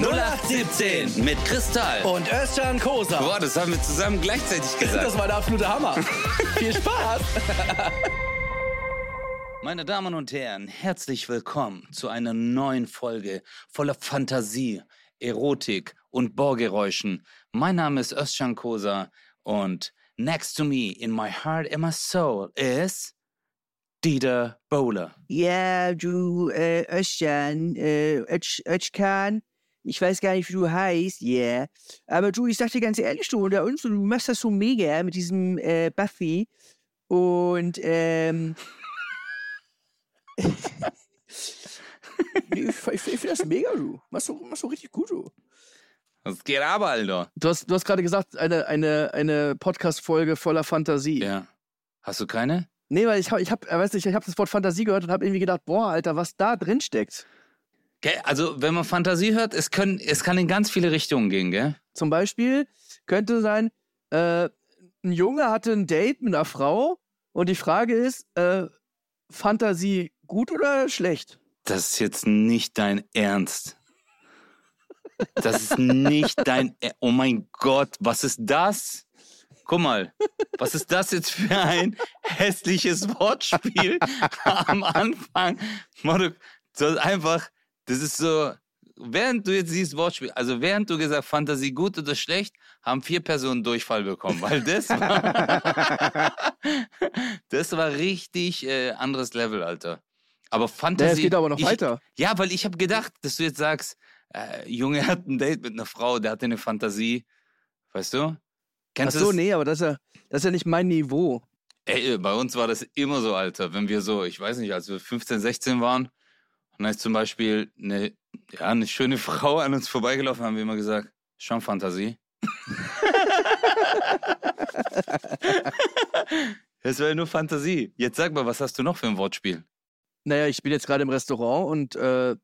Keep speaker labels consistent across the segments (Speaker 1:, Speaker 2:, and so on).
Speaker 1: 0817 mit Kristall.
Speaker 2: Und Özcan Kosa.
Speaker 1: Boah, das haben wir zusammen gleichzeitig gesagt.
Speaker 2: Das war der absolute Hammer. Viel Spaß.
Speaker 1: Meine Damen und Herren, herzlich willkommen zu einer neuen Folge voller Fantasie, Erotik und Bohrgeräuschen. Mein Name ist Özcan Kosa und next to me in my heart and my soul is Dieter Bowler.
Speaker 3: Ja, du äh, Özcan, äh, Öz, Özcan, ich weiß gar nicht, wie du heißt, ja. Yeah. Aber du, ich sag dir ganz ehrlich, du unter uns, du machst das so mega mit diesem äh, Buffy. Und, ähm. nee, ich ich, ich finde das mega, du. Machst du, machst du richtig gut, du.
Speaker 1: Was geht aber, Alter?
Speaker 4: Du hast, du hast gerade gesagt, eine, eine, eine Podcast-Folge voller Fantasie.
Speaker 1: Ja. Hast du keine?
Speaker 4: Nee, weil ich habe, ich hab, äh, weiß nicht, ich habe das Wort Fantasie gehört und habe irgendwie gedacht, boah, Alter, was da drin steckt.
Speaker 1: Gell? Also, wenn man Fantasie hört, es, können, es kann in ganz viele Richtungen gehen, gell?
Speaker 4: Zum Beispiel könnte sein, äh, ein Junge hatte ein Date mit einer Frau und die Frage ist, äh, Fantasie gut oder schlecht?
Speaker 1: Das ist jetzt nicht dein Ernst. Das ist nicht dein. Er oh mein Gott, was ist das? Guck mal, was ist das jetzt für ein hässliches Wortspiel am Anfang? Manu, so einfach, das ist so, während du jetzt siehst Wortspiel, also während du gesagt Fantasie gut oder schlecht, haben vier Personen Durchfall bekommen, weil das war, das war richtig äh, anderes Level, Alter. Aber Fantasie.
Speaker 4: es geht aber noch
Speaker 1: ich,
Speaker 4: weiter.
Speaker 1: Ja, weil ich habe gedacht, dass du jetzt sagst, äh, Junge hat ein Date mit einer Frau, der hatte eine Fantasie, weißt du?
Speaker 4: Ach
Speaker 1: Kennst du
Speaker 4: so,
Speaker 1: das?
Speaker 4: nee, aber das ist, ja, das ist ja nicht mein Niveau.
Speaker 1: Ey, äh, bei uns war das immer so, Alter. Wenn wir so, ich weiß nicht, als wir 15, 16 waren, und da ist zum Beispiel eine, ja, eine schöne Frau an uns vorbeigelaufen, haben wir immer gesagt, schon Fantasie. das war ja nur Fantasie. Jetzt sag mal, was hast du noch für ein Wortspiel?
Speaker 4: Naja, ich bin jetzt gerade im Restaurant und äh,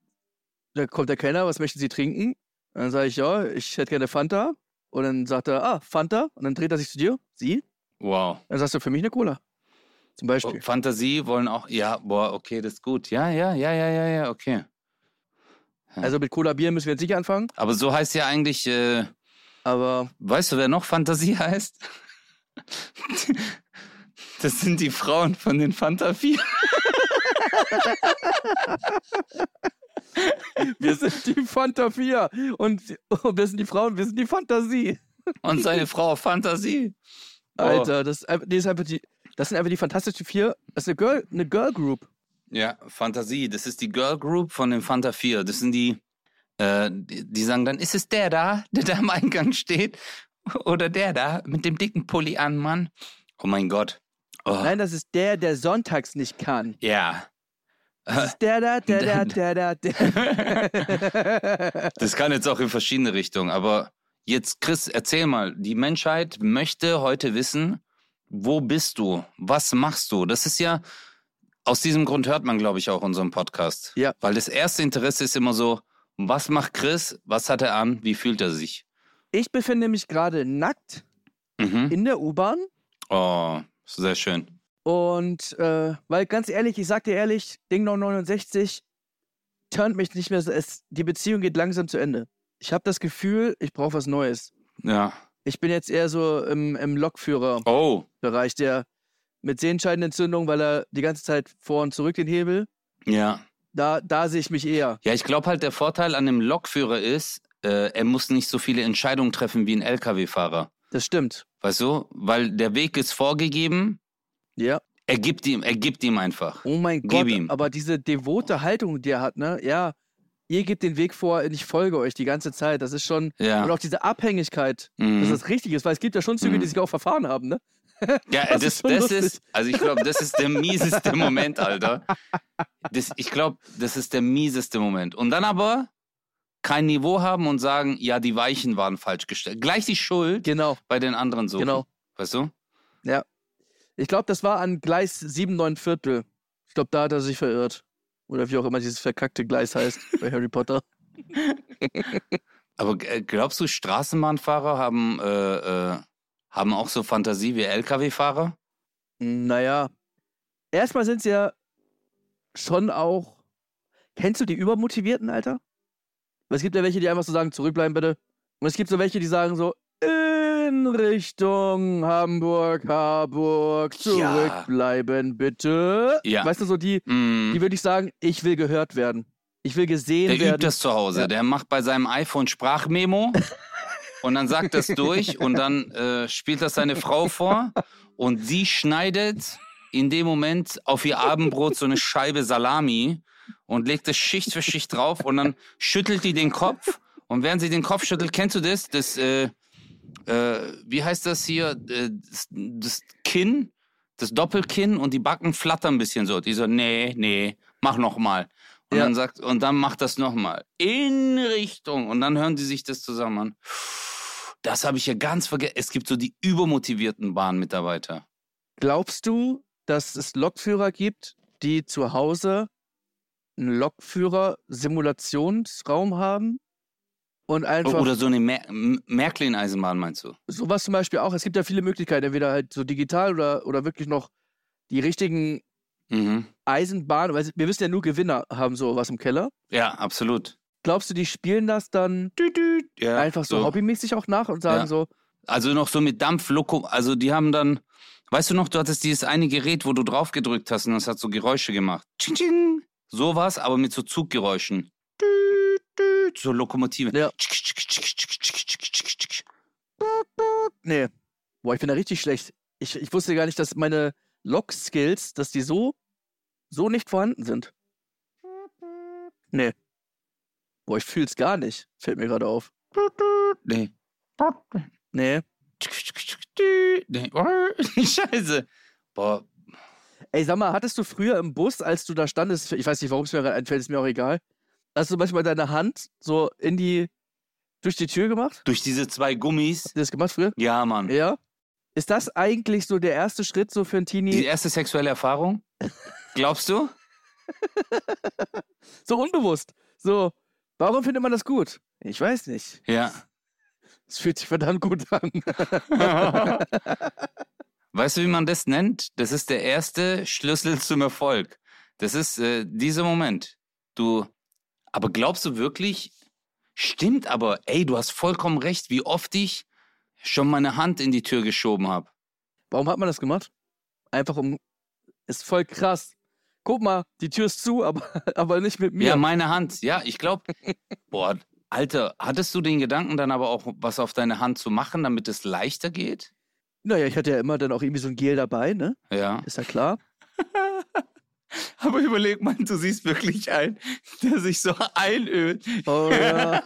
Speaker 4: da kommt der Kellner, was möchten Sie trinken? Und dann sage ich, ja, ich hätte gerne Fanta. Und dann sagt er, ah, Fanta. Und dann dreht er sich zu dir, sie.
Speaker 1: Wow.
Speaker 4: Dann sagst du, für mich eine Cola. Zum
Speaker 1: Oh,
Speaker 4: Beispiel.
Speaker 1: Fantasie wollen auch, ja, boah, okay, das ist gut. Ja, ja, ja, ja, ja, ja, okay.
Speaker 4: Also mit Cola Bier müssen wir jetzt nicht anfangen,
Speaker 1: Aber so heißt ja eigentlich, äh,
Speaker 4: aber
Speaker 1: Weißt du, wer noch Fantasie heißt? Das sind die Frauen von den Fanta 4.
Speaker 4: wir sind die Fanta 4 und, und wir sind die Frauen, wir sind die Fantasie.
Speaker 1: Und seine Frau Fantasie. Oh.
Speaker 4: Alter, das, ist einfach- nee, das, ist einfach die, das sind einfach die fantastischen vier. Das ist eine Girl, eine Girl Group.
Speaker 1: Ja, Fantasie. Das ist die Girl Group von den Fanta 4. Das sind die, äh, die, die sagen dann, ist es der da, der da am Eingang steht? Oder der da mit dem dicken Pulli an, Mann? Oh mein Gott. Oh.
Speaker 4: Nein, das ist der, der sonntags nicht kann.
Speaker 1: Ja.
Speaker 4: Das ist der da, der da, der da, der.
Speaker 1: Das kann jetzt auch in verschiedene Richtungen, aber jetzt, Chris, erzähl mal, die Menschheit möchte heute wissen, wo bist du? Was machst du? Das ist ja, aus diesem Grund hört man, glaube ich, auch unseren Podcast.
Speaker 4: Ja.
Speaker 1: Weil das erste Interesse ist immer so, was macht Chris? Was hat er an? Wie fühlt er sich?
Speaker 4: Ich befinde mich gerade nackt
Speaker 1: Mhm.
Speaker 4: in der U-Bahn
Speaker 1: Oh, sehr schön.
Speaker 4: und äh, weil ganz ehrlich, ich sag dir ehrlich, Ding Dong 69 turnt mich nicht mehr. so- Es, die Beziehung geht langsam zu Ende. Ich habe das Gefühl, ich brauche was Neues.
Speaker 1: Ja.
Speaker 4: Ich bin jetzt eher so im, im Lokführerbereich,
Speaker 1: Oh,
Speaker 4: der mit Sehenscheidenentzündung, weil er die ganze Zeit vor und zurück den Hebel.
Speaker 1: ja.
Speaker 4: Da, da sehe ich mich eher.
Speaker 1: Ja, ich glaube halt, der Vorteil an dem Lokführer ist, äh, er muss nicht so viele Entscheidungen treffen wie ein LKW-Fahrer.
Speaker 4: Das stimmt.
Speaker 1: Weißt du? Weil der Weg ist vorgegeben,
Speaker 4: Ja.
Speaker 1: Er gibt ihm, er gibt ihm einfach.
Speaker 4: Oh mein
Speaker 1: Gib
Speaker 4: Gott,
Speaker 1: ihm.
Speaker 4: aber diese devote Haltung, die er hat, ne? Ja, ihr gebt den Weg vor, ich folge euch die ganze Zeit. Das ist schon. Und
Speaker 1: Ja.
Speaker 4: auch diese Abhängigkeit, dass
Speaker 1: Mhm.
Speaker 4: das richtig ist, weil es gibt ja schon Züge,
Speaker 1: Mhm.
Speaker 4: die sich auch verfahren haben, ne?
Speaker 1: ja, das,
Speaker 4: das
Speaker 1: das,
Speaker 4: ist schon lustig.
Speaker 1: ist, also ich glaube, das ist der mieseste Moment, Alter. Das, ich glaube, das ist der mieseste Moment. Und dann aber kein Niveau haben und sagen, ja, die Weichen waren falsch gestellt. Gleich die Schuld
Speaker 4: Genau,
Speaker 1: bei den anderen suchen.
Speaker 4: genau.
Speaker 1: Weißt du?
Speaker 4: Ich glaube, das war an Gleis 7, 9 Viertel. Ich glaube, da hat er sich verirrt. Oder wie auch immer dieses verkackte Gleis heißt bei Harry Potter.
Speaker 1: Aber g- äh, glaubst du, Straßenbahnfahrer haben, äh, äh, haben auch so Fantasie wie LKW-Fahrer?
Speaker 4: Naja, erstmal sind sie ja schon auch. Kennst du die Übermotivierten, Alter? Weil es gibt ja welche, die einfach so sagen, zurückbleiben bitte. Und es gibt so welche, die sagen so, in Richtung Hamburg, Harburg,
Speaker 1: Ja.
Speaker 4: zurückbleiben bitte.
Speaker 1: Ja.
Speaker 4: Weißt du, so die,
Speaker 1: Mm.
Speaker 4: die würde ich sagen, ich will gehört werden. Ich will gesehen
Speaker 1: Der übt
Speaker 4: werden.
Speaker 1: das zu Hause. Der macht bei seinem iPhone Sprachmemo und dann sagt das durch und dann äh, spielt das seine Frau vor und sie schneidet in dem Moment auf ihr Abendbrot so eine Scheibe Salami und legt es Schicht für Schicht drauf und dann schüttelt die den Kopf und während sie den Kopf schüttelt, kennst du das? Das, äh, äh, wie heißt das hier? Äh, Das, das Kinn, das Doppelkinn und die Backen flattern ein bisschen so. Die so, nee, nee, mach nochmal. Und
Speaker 4: Ja.
Speaker 1: dann sagt, und dann macht das nochmal. In Richtung. Und dann hören die sich das zusammen an. Das habe ich ja ganz vergessen. Es gibt so die übermotivierten Bahnmitarbeiter.
Speaker 4: Glaubst du, dass es Lokführer gibt, die zu Hause einen Lokführer-Simulationsraum haben? Und einfach
Speaker 1: Oh, Oder so eine Mer M- Märklin-Eisenbahn, meinst du?
Speaker 4: sowas zum Beispiel auch. Es gibt ja viele Möglichkeiten, entweder halt so digital oder, oder wirklich noch die richtigen
Speaker 1: Mhm.
Speaker 4: Eisenbahnen. Weil wir wissen ja nur Gewinner haben sowas im Keller.
Speaker 1: Ja, absolut.
Speaker 4: Glaubst du, die spielen das dann
Speaker 1: Ja,
Speaker 4: einfach so, hobbymäßig auch nach und sagen
Speaker 1: Ja.
Speaker 4: so,
Speaker 1: Also noch so mit Dampflokum. Also die haben dann, weißt du noch, du hattest dieses eine Gerät, wo du drauf gedrückt hast und das hat so Geräusche gemacht. Tsching, tsching. So war's, aber mit so Zuggeräuschen. Tüt, tüt, So Lokomotive.
Speaker 4: Ja.
Speaker 1: Tschik, tschik, tschik, tschik, tschik, tschik, tschik, tschik.
Speaker 4: nee, boah, ich bin da richtig schlecht. Ich, ich wusste gar nicht, dass meine Log-Skills, dass die so, so nicht vorhanden sind. Nee. Boah, ich fühl's gar nicht. Fällt mir gerade auf.
Speaker 1: Nee.
Speaker 4: Nee.
Speaker 1: Tschik, tschik, tschik, tü. Nee. Oh, Scheiße. Boah.
Speaker 4: Ey, sag mal, hattest du früher im Bus, als du da standest, ich weiß nicht, warum es mir gerade einfällt, ist mir auch egal, hast du manchmal deine Hand so in die, durch die Tür gemacht?
Speaker 1: Durch diese zwei Gummis.
Speaker 4: Hast du das gemacht früher?
Speaker 1: Ja, Mann.
Speaker 4: Ja. Ist das eigentlich so der erste Schritt so für einen
Speaker 1: Die
Speaker 4: Teenie?
Speaker 1: erste sexuelle Erfahrung? Glaubst du?
Speaker 4: So unbewusst. So, warum findet man das gut? Ich weiß nicht.
Speaker 1: Ja.
Speaker 4: Es fühlt sich verdammt gut an.
Speaker 1: weißt du, wie man das nennt? Das ist der erste Schlüssel zum Erfolg. Das ist äh, dieser Moment. Du, aber glaubst du wirklich? Stimmt, aber ey, du hast vollkommen recht, wie oft ich schon meine Hand in die Tür geschoben habe.
Speaker 4: Warum hat man das gemacht? Einfach um. Ist voll krass. Guck mal, die Tür ist zu, aber, aber nicht mit mir.
Speaker 1: Ja, meine Hand. Ja, ich glaube. boah, Alter, hattest du den Gedanken dann aber auch, was auf deine Hand zu machen, damit es leichter geht?
Speaker 4: naja, ich hatte ja immer dann auch irgendwie so ein Gel dabei, ne?
Speaker 1: Ja.
Speaker 4: Ist ja klar.
Speaker 1: Aber überleg mal, du siehst wirklich ein, der sich so einölt.
Speaker 4: Oh, ja.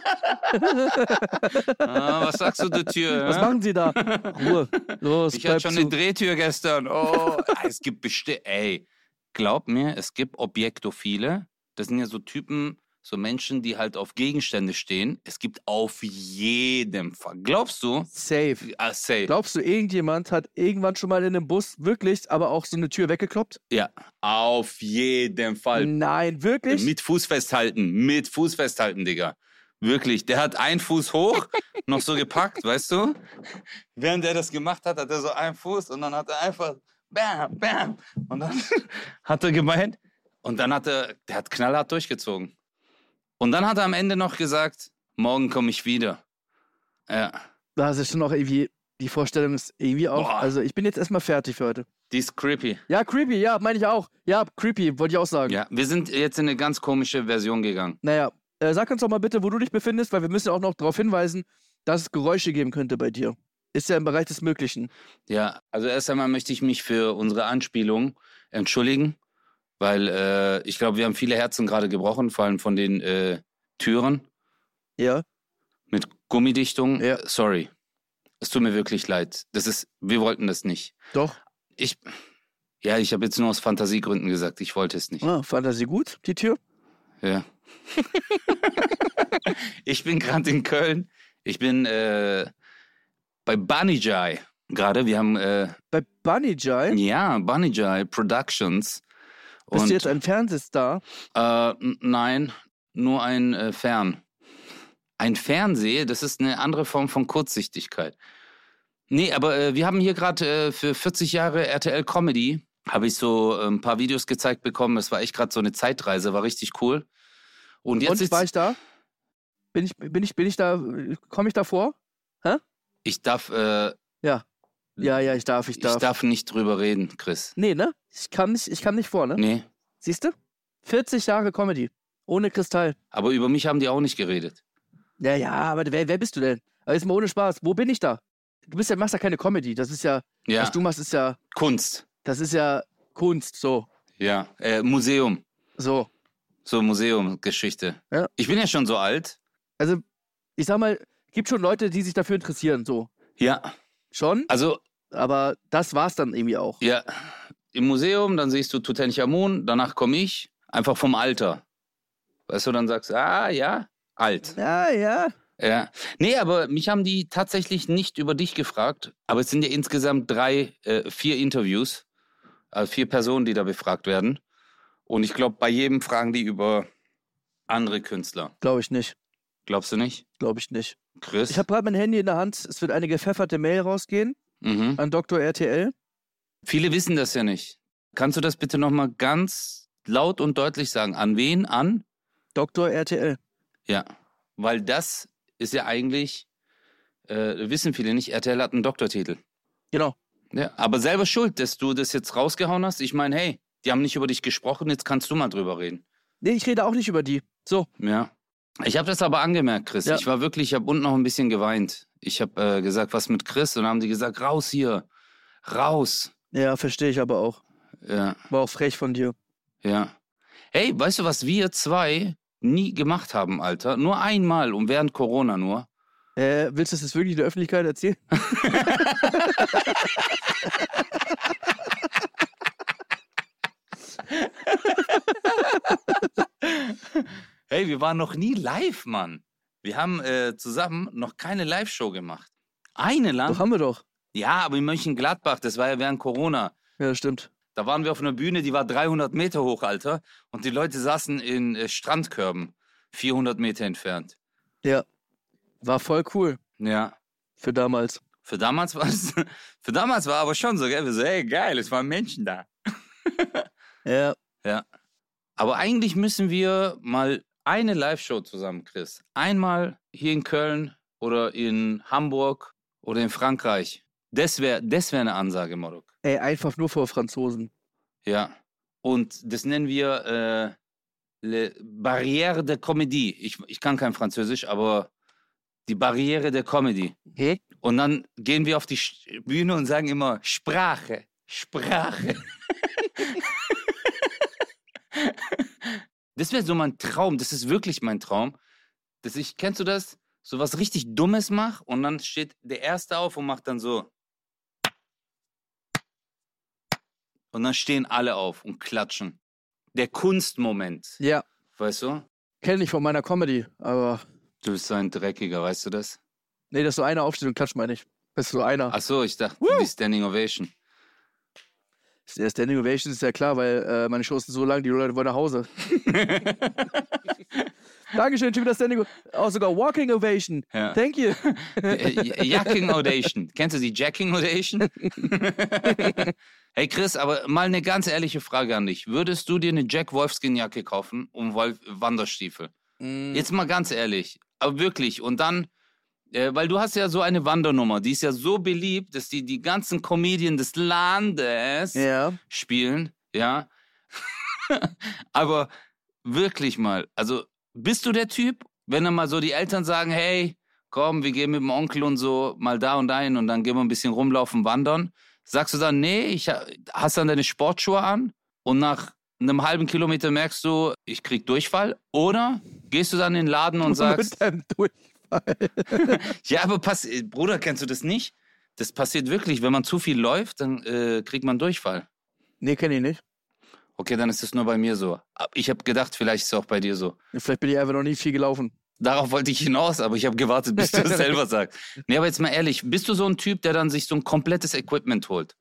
Speaker 1: Ah, was sagst du zur Tür?
Speaker 4: Was
Speaker 1: hä?
Speaker 4: machen Sie da? Ruhe. Los,
Speaker 1: ich
Speaker 4: bleib
Speaker 1: hatte schon
Speaker 4: zu.
Speaker 1: eine Drehtür gestern. Oh, ah, es gibt bestimmt, ey, glaub mir, es gibt Objektophile. Das sind ja so Typen, so Menschen, die halt auf Gegenstände stehen. Es gibt auf jedem Fall. Glaubst du?
Speaker 4: Safe.
Speaker 1: Ah, safe.
Speaker 4: Glaubst du, irgendjemand hat irgendwann schon mal in einem Bus wirklich, aber auch so eine Tür weggekloppt?
Speaker 1: ja, auf jeden Fall.
Speaker 4: Nein, wirklich?
Speaker 1: Mit Fuß festhalten, mit Fuß festhalten, Digga. Wirklich, der hat einen Fuß hoch, noch so gepackt, weißt du? Während er das gemacht hat, hat er so einen Fuß und dann hat er einfach bam, bam. Und dann hat er gemeint, und dann hat er, der hat knallhart durchgezogen. Und dann hat er am Ende noch gesagt, morgen komme ich wieder. Ja,
Speaker 4: Das ist schon auch irgendwie, die Vorstellung ist irgendwie auch.
Speaker 1: Boah.
Speaker 4: Also, ich bin jetzt erstmal fertig für heute.
Speaker 1: die ist creepy.
Speaker 4: Ja, creepy, ja, meine ich auch. Ja, creepy, wollte ich auch sagen.
Speaker 1: Ja, wir sind jetzt in eine ganz komische Version gegangen.
Speaker 4: Naja, äh, sag uns doch mal bitte, wo du dich befindest, weil wir müssen ja auch noch darauf hinweisen, dass es Geräusche geben könnte bei dir. Ist ja im Bereich des Möglichen.
Speaker 1: Ja, also erst einmal möchte ich mich für unsere Anspielung entschuldigen, weil äh, ich glaube, wir haben viele Herzen gerade gebrochen, vor allem von den äh, Türen
Speaker 4: Ja.
Speaker 1: mit Gummidichtung.
Speaker 4: Ja.
Speaker 1: Sorry. Es tut mir wirklich leid. Das ist, wir wollten das nicht.
Speaker 4: Doch.
Speaker 1: Ich, ja, ich habe jetzt nur aus Fantasiegründen gesagt, ich wollte es nicht.
Speaker 4: Ah, Fantasie gut, die Tür.
Speaker 1: Ja. ich bin gerade in Köln. Ich bin äh, bei Banijai gerade. Wir haben äh,
Speaker 4: Bei Bunny Jai
Speaker 1: Ja, Bunny Jai Productions.
Speaker 4: bist
Speaker 1: Und,
Speaker 4: du jetzt ein Fernsehstar.
Speaker 1: äh, n- nein, nur ein äh, Fern. Ein Fernseher, das ist eine andere Form von Kurzsichtigkeit. Nee, aber äh, wir haben hier gerade äh, für 40 Jahre RTL Comedy, habe ich so äh, ein paar Videos gezeigt bekommen. Es war echt gerade so eine Zeitreise, war richtig cool. Und jetzt
Speaker 4: Und
Speaker 1: sitz-
Speaker 4: war ich da? Bin ich, bin ich, bin ich da, komme ich da vor?
Speaker 1: Ich darf, äh,
Speaker 4: Ja, ja, ich darf, ich
Speaker 1: ich
Speaker 4: darf.
Speaker 1: darf. nicht drüber reden, Chris.
Speaker 4: Nee, ne? Ich kam nicht, ich kam nicht vor, ne?
Speaker 1: Nee.
Speaker 4: Siehst du? 40 Jahre Comedy. Ohne Kristall.
Speaker 1: Aber über mich haben die auch nicht geredet.
Speaker 4: Ja, ja, aber wer, wer bist du denn? Aber jetzt mal ohne Spaß. Wo bin ich da? Du bist ja, machst ja keine Comedy. Das ist ja,
Speaker 1: Ja,
Speaker 4: was du machst, ist ja,
Speaker 1: Kunst.
Speaker 4: das ist ja Kunst. So,
Speaker 1: Ja, äh, Museum.
Speaker 4: so.
Speaker 1: So Museumgeschichte.
Speaker 4: Ja.
Speaker 1: Ich bin ja schon so alt.
Speaker 4: Also, ich sag mal, gibt schon Leute, die sich dafür interessieren. So,
Speaker 1: Ja,
Speaker 4: schon.
Speaker 1: also,
Speaker 4: Aber das war's dann irgendwie auch.
Speaker 1: ja, im Museum, dann siehst du Tutanchamun, danach komme ich, einfach vom Alter. Weißt du, dann sagst du, ah, ja, alt.
Speaker 3: Ja, ja.
Speaker 1: Ja. Nee, aber mich haben die tatsächlich nicht über dich gefragt, aber es sind ja insgesamt drei, äh, vier Interviews, also vier Personen, die da befragt werden. Und ich glaube, bei jedem fragen die über andere Künstler.
Speaker 4: Glaube ich nicht.
Speaker 1: Glaubst du nicht?
Speaker 4: Glaube ich nicht.
Speaker 1: Chris?
Speaker 4: Ich habe gerade mein Handy in der Hand. Es wird eine gepfefferte Mail rausgehen
Speaker 1: mhm.
Speaker 4: an Dr. RTL.
Speaker 1: Viele wissen das ja nicht. Kannst du das bitte nochmal ganz laut und deutlich sagen? An wen? An?
Speaker 4: Dr. RTL.
Speaker 1: Ja. Weil das ist ja eigentlich, äh, wissen viele nicht, RTL hat einen Doktortitel.
Speaker 4: Genau.
Speaker 1: Ja, aber selber schuld, dass du das jetzt rausgehauen hast. Ich meine, hey, die haben nicht über dich gesprochen, jetzt kannst du mal drüber reden.
Speaker 4: Nee, ich rede auch nicht über die. So,
Speaker 1: Ja. Ich habe das aber angemerkt, Chris.
Speaker 4: Ja.
Speaker 1: Ich war wirklich, ich habe unten noch ein bisschen geweint. Ich habe äh, gesagt, was mit Chris? Und dann haben die gesagt, raus hier, raus.
Speaker 4: ja, verstehe ich aber auch.
Speaker 1: Ja,
Speaker 4: War auch frech von dir.
Speaker 1: ja. Hey, weißt du, was wir zwei nie gemacht haben, Alter? Nur einmal und während Corona nur.
Speaker 4: Äh, willst du das jetzt wirklich der Öffentlichkeit erzählen?
Speaker 1: Hey, wir waren noch nie live, Mann. Wir haben äh, zusammen noch keine Live-Show gemacht. Eine lang.
Speaker 4: Doch, haben wir doch.
Speaker 1: Ja, aber in Mönchengladbach, das war ja während Corona.
Speaker 4: Ja, das stimmt.
Speaker 1: Da waren wir auf einer Bühne, die war 300 Meter hoch, Alter. Und die Leute saßen in äh, Strandkörben, 400 Meter entfernt.
Speaker 4: Ja. War voll cool
Speaker 1: Ja.
Speaker 4: für damals.
Speaker 1: Für damals war es, für damals war aber schon so, gell? Wir so, ey, geil, es waren Menschen da.
Speaker 4: Ja.
Speaker 1: Aber eigentlich müssen wir mal eine Live-Show zusammen, Chris. Einmal hier in Köln oder in Hamburg oder in Frankreich. Das wäre das wär eine Ansage, Morok.
Speaker 4: Ey, einfach nur vor Franzosen.
Speaker 1: Ja. Und das nennen wir äh, Le Barriere de Comédie. Ich, ich kann kein Französisch, aber die Barriere der Comedy.
Speaker 4: Hä?
Speaker 1: Und dann gehen wir auf die Sch- Bühne und sagen immer Sprache, Sprache. das wäre so mein Traum. Das ist wirklich mein Traum. Dass ich, kennst du das? So was richtig Dummes mach und dann steht der Erste auf und macht dann so. Und dann stehen alle auf und klatschen. Der Kunstmoment,
Speaker 4: Ja.
Speaker 1: weißt du?
Speaker 4: Kenne ich von meiner Comedy, aber.
Speaker 1: Du bist so ein Dreckiger, weißt du das?
Speaker 4: Nee, das ist so einer aufsteht und klatscht, meine ich. Das ist so einer.
Speaker 1: Ach so, ich dachte, die Standing Ovation.
Speaker 4: Der Standing Ovation ist ja klar, weil äh, meine Shows sind so lang, die Leute wollen nach Hause. Dankeschön, Typ, das Standing Ovation. Auch sogar Walking Ovation.
Speaker 1: Ja.
Speaker 4: Thank you.
Speaker 1: Äh, Jacking Audation. Kennst du die Jacking Audation? hey Chris, aber mal eine ganz ehrliche Frage an dich. Würdest du dir eine Jack Wolfskin Jacke kaufen und Wolf Wanderstiefel?
Speaker 4: Hm.
Speaker 1: Jetzt mal ganz ehrlich, aber wirklich. Und dann, äh, weil du hast ja so eine Wandernummer, die ist ja so beliebt, dass die die ganzen Comedien des Landes
Speaker 4: Ja.
Speaker 1: spielen, ja. Aber wirklich mal, also bist du der Typ, wenn dann mal so die Eltern sagen, hey, komm, wir gehen mit dem Onkel und so mal da und dahin und dann gehen wir ein bisschen rumlaufen, wandern. Sagst du dann, nee, ich ha- hast dann deine Sportschuhe an und nach einem halben Kilometer merkst du, ich krieg Durchfall? Oder gehst du dann in den Laden und sagst,
Speaker 4: Mit deinem Durch.
Speaker 1: ja, aber pass, äh, Bruder, kennst du das nicht? Das passiert wirklich, wenn man zu viel läuft, dann äh, kriegt man Durchfall.
Speaker 4: Nee, kenne ich nicht.
Speaker 1: Okay, dann ist es nur bei mir so. Ab- Ich habe gedacht, vielleicht ist es auch bei dir so.
Speaker 4: Vielleicht bin ich einfach noch nie viel gelaufen.
Speaker 1: Darauf wollte ich hinaus, aber ich habe gewartet, bis du es selber sagst. Nee, aber jetzt mal ehrlich, bist du so ein Typ, der dann sich so ein komplettes Equipment holt?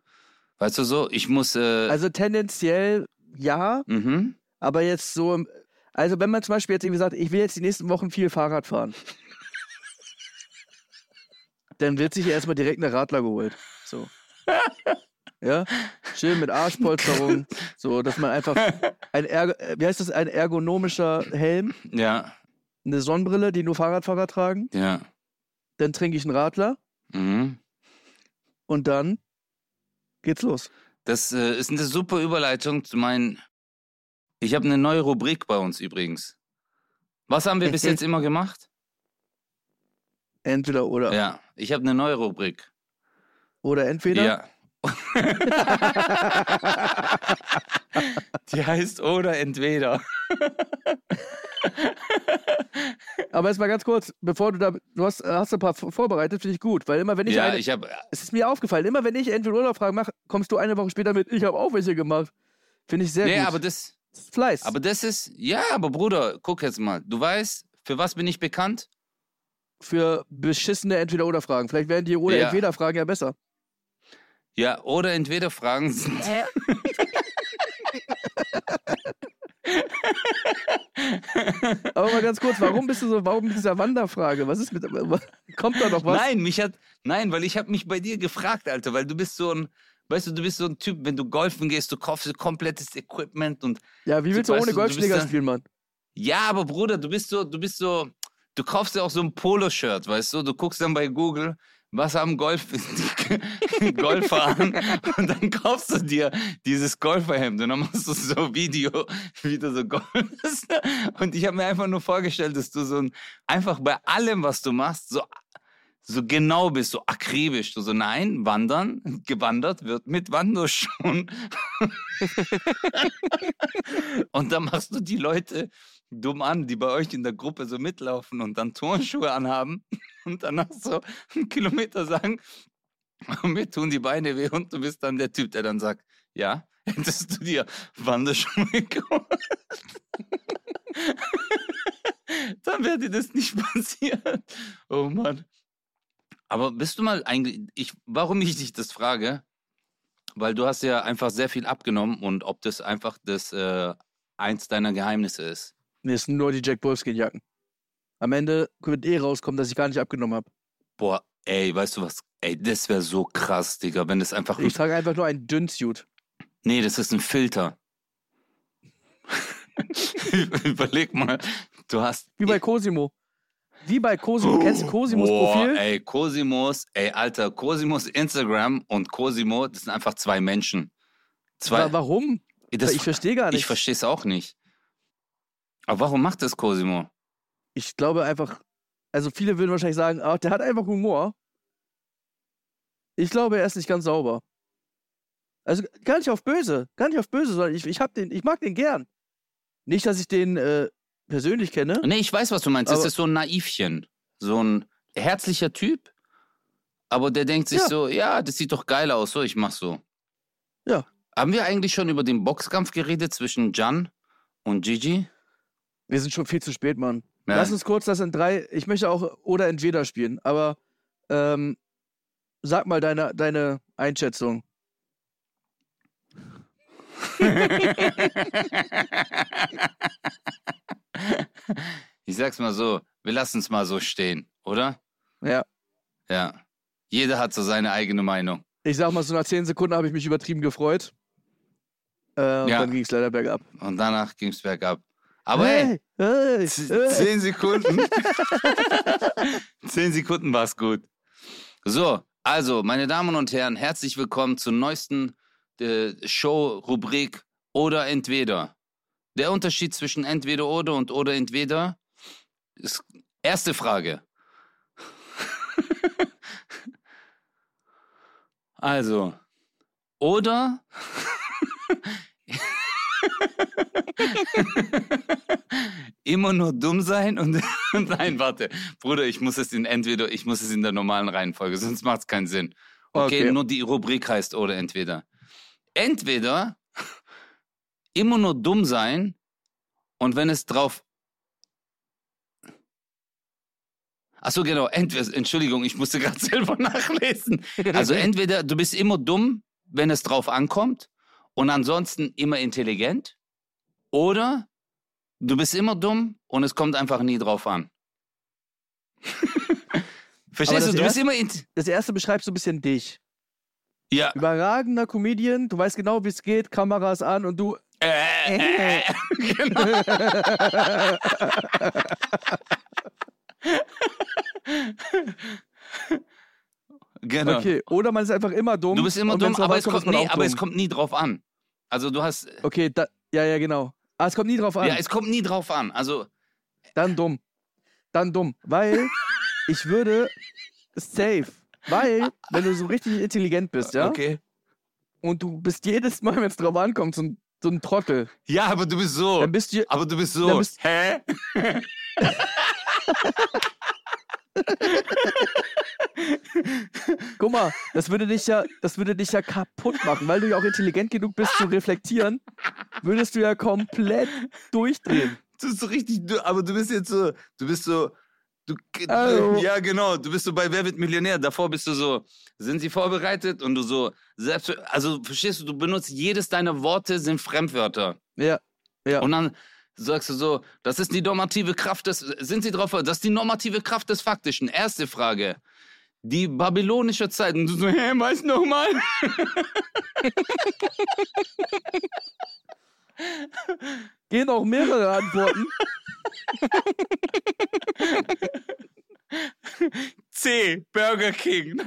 Speaker 1: Weißt du so, ich muss. Äh,
Speaker 4: Also tendenziell ja,
Speaker 1: mhm.
Speaker 4: aber jetzt so. im- Also, wenn man zum Beispiel jetzt irgendwie sagt, ich will jetzt die nächsten Wochen viel Fahrrad fahren, dann wird sich ja erstmal direkt eine Radler geholt. So. Ja, schön mit Arschpolsterung, so dass man einfach ein, Ergo, äh, wie heißt das, ein ergonomischer Helm,
Speaker 1: Ja,
Speaker 4: eine Sonnenbrille, die nur Fahrradfahrer tragen.
Speaker 1: Ja.
Speaker 4: Dann trinke ich einen Radler
Speaker 1: Mhm.
Speaker 4: und dann geht's los.
Speaker 1: Das äh, ist eine super Überleitung zu meinen. Ich habe eine neue Rubrik bei uns übrigens. Was haben wir bis jetzt immer gemacht?
Speaker 4: Entweder oder.
Speaker 1: Ja, ich habe eine neue Rubrik.
Speaker 4: Oder entweder.
Speaker 1: Ja. Die heißt oder entweder.
Speaker 4: Aber jetzt mal ganz kurz, bevor du da. Du hast, hast ein paar v- vorbereitet, finde ich gut. Weil immer, wenn ich
Speaker 1: ja,
Speaker 4: eine.
Speaker 1: ich habe
Speaker 4: es ist mir aufgefallen, immer wenn ich entweder oder Fragen mache, kommst du eine Woche später mit, ich habe auch welche gemacht. Finde ich sehr
Speaker 1: Nee,
Speaker 4: gut.
Speaker 1: aber das
Speaker 4: Das ist Fleiß.
Speaker 1: aber das ist ja, aber Bruder, guck jetzt mal. Du weißt, für was bin ich bekannt?
Speaker 4: Für beschissene entweder oder Fragen. Vielleicht wären die oder
Speaker 1: Ja.
Speaker 4: entweder Fragen ja besser.
Speaker 1: Ja, oder entweder Fragen sind
Speaker 4: Aber mal ganz kurz, warum bist du so, warum mit dieser Wanderfrage? Was ist mit, kommt da noch was?
Speaker 1: Nein, mich hat nein, weil ich habe mich bei dir gefragt, Alter, weil du bist so ein Weißt du, du bist so ein Typ, wenn du golfen gehst, du kaufst dir komplettes Equipment und
Speaker 4: Ja, wie willst du
Speaker 1: Weißt
Speaker 4: ohne
Speaker 1: du, du bist
Speaker 4: Golfschläger
Speaker 1: da-
Speaker 4: spielen, Mann?
Speaker 1: ja, aber Bruder, du bist so, du bist so, du kaufst dir auch so ein Poloshirt, weißt du? Du guckst dann bei Google, was haben Golf Golfer an und dann kaufst du dir dieses Golferhemd und dann machst du so ein Video, wie du so golfst. Und ich habe mir einfach nur vorgestellt, dass du so ein, einfach bei allem, was du machst, so so genau bist, so akribisch, du so nein, wandern, gewandert wird mit Wanderschuhen. und dann machst du die Leute dumm an, die bei euch in der Gruppe so mitlaufen und dann Turnschuhe anhaben und danach so einen Kilometer sagen, "Oh, mir tun die Beine weh und du bist dann der Typ, der dann sagt, ja, hättest du dir Wanderschuhe geholt. dann wäre dir das nicht passiert. Oh Mann. Aber bist du mal eigentlich, ich, warum ich dich das frage? Weil du hast ja einfach sehr viel abgenommen und ob das einfach das äh, eins deiner Geheimnisse ist.
Speaker 4: Nee, es sind nur die Jack Wolfskin-Jacken. Am Ende wird eh rauskommen, dass ich gar nicht abgenommen habe.
Speaker 1: Boah, ey, weißt du was? Ey, das wäre so krass, Digga, wenn das einfach.
Speaker 4: Ich trage einfach nur einen dünnen Suit.
Speaker 1: Nee, das ist ein Filter. Überleg mal, du hast.
Speaker 4: Wie bei Cosimo. Wie bei Cosimo. Kennst du Cosimos
Speaker 1: Boah,
Speaker 4: Profil?
Speaker 1: Ey, Cosimos, ey, Alter, Cosimos Instagram und Cosimo, das sind einfach zwei Menschen. Zwei.
Speaker 4: Wa- Warum?
Speaker 1: das,
Speaker 4: ich verstehe gar nicht.
Speaker 1: Ich verstehe es auch nicht. Aber warum macht das Cosimo?
Speaker 4: ich glaube einfach, also viele würden wahrscheinlich sagen, ah, der hat einfach Humor. Ich glaube, er ist nicht ganz sauber. Also gar nicht auf böse, gar nicht auf böse, sondern ich, ich, hab den, ich mag den gern. Nicht, dass ich den äh, persönlich kenne.
Speaker 1: Nee, ich weiß, was du meinst. das
Speaker 4: Aber-
Speaker 1: ist so ein Naivchen. So ein herzlicher Typ, aber der denkt sich
Speaker 4: Ja.
Speaker 1: so, ja, das sieht doch geil aus, so, ich mach so.
Speaker 4: Ja.
Speaker 1: Haben wir eigentlich schon über den Boxkampf geredet zwischen Jan und Gigi?
Speaker 4: Wir sind schon viel zu spät, Mann.
Speaker 1: Ja.
Speaker 4: Lass uns kurz das in drei. Ich möchte auch oder entweder spielen, aber ähm, sag mal deine, deine Einschätzung.
Speaker 1: ich sag's mal so, wir lassen es mal so stehen, oder?
Speaker 4: Ja.
Speaker 1: Ja. Jeder hat so seine eigene Meinung.
Speaker 4: Ich sag mal, so nach zehn Sekunden habe ich mich übertrieben gefreut. Äh, und
Speaker 1: Ja.
Speaker 4: Dann ging es leider bergab.
Speaker 1: Und danach ging's bergab. Aber hey,
Speaker 4: hey,
Speaker 1: Z-
Speaker 4: hey.
Speaker 1: Zehn Sekunden. Zehn Sekunden war's gut. So, also, meine Damen und Herren, herzlich willkommen zur neuesten äh, Show-Rubrik Oder Entweder. Der Unterschied zwischen Entweder Oder und Oder Entweder ist erste Frage. also, oder immer nur dumm sein und nein, warte, Bruder, ich muss es in entweder, ich muss es in der normalen Reihenfolge, sonst macht es keinen Sinn. Okay,
Speaker 4: Okay.
Speaker 1: nur die Rubrik heißt oder entweder. Entweder immer nur dumm sein und wenn es drauf Ach so, genau, entweder, Entschuldigung, ich musste gerade selber nachlesen. Also entweder du bist immer dumm, wenn es drauf ankommt und ansonsten immer intelligent oder Du bist immer dumm und es kommt einfach nie drauf an.
Speaker 4: Aber
Speaker 1: Verstehst du?
Speaker 4: das
Speaker 1: Du bist
Speaker 4: erste-
Speaker 1: immer. int-
Speaker 4: Das erste beschreibt so ein bisschen dich.
Speaker 1: Ja.
Speaker 4: Überragender Comedian, du weißt genau, wie es geht, Kameras an und du.
Speaker 1: Äh, äh, äh, genau. Genau.
Speaker 4: Okay, oder man ist einfach immer dumm.
Speaker 1: Du bist immer
Speaker 4: und
Speaker 1: dumm,
Speaker 4: wenn's drauf
Speaker 1: aber es,
Speaker 4: ankommt, ist
Speaker 1: kommt,
Speaker 4: man
Speaker 1: nee,
Speaker 4: auch
Speaker 1: aber es
Speaker 4: dumm.
Speaker 1: kommt nie drauf an. Also du hast,
Speaker 4: Okay, da, ja, ja, genau. Ah, es kommt nie drauf an.
Speaker 1: ja, es kommt nie drauf an. Also
Speaker 4: Dann dumm. Dann dumm. Weil ich würde safe. Weil, wenn du so richtig intelligent bist, ja,
Speaker 1: okay.
Speaker 4: und du bist jedes Mal, wenn es drauf ankommt, so ein, so ein Trottel,
Speaker 1: Ja, aber du bist so.
Speaker 4: dann bist du.
Speaker 1: aber du bist so.
Speaker 4: dann bist-
Speaker 1: Hä?
Speaker 4: Guck mal, das würde dich ja, das würde dich ja kaputt machen, weil du ja auch intelligent genug bist zu reflektieren, würdest du ja komplett durchdrehen.
Speaker 1: Du bist so richtig, du, aber du bist jetzt so, du bist so, du,
Speaker 4: Hallo.
Speaker 1: ja genau, du bist so bei Wer wird Millionär, davor bist du so, sind sie vorbereitet und du so, selbst, also verstehst du, du benutzt jedes deiner Worte sind Fremdwörter.
Speaker 4: Ja. Ja.
Speaker 1: Und dann sagst du so, das ist die normative Kraft des, sind sie drauf, das ist die normative Kraft des Faktischen. Erste Frage. Die babylonische Zeit. Und du so, hä, weißt du nochmal?
Speaker 4: Gehen auch mehrere Antworten.
Speaker 1: C, Burger King.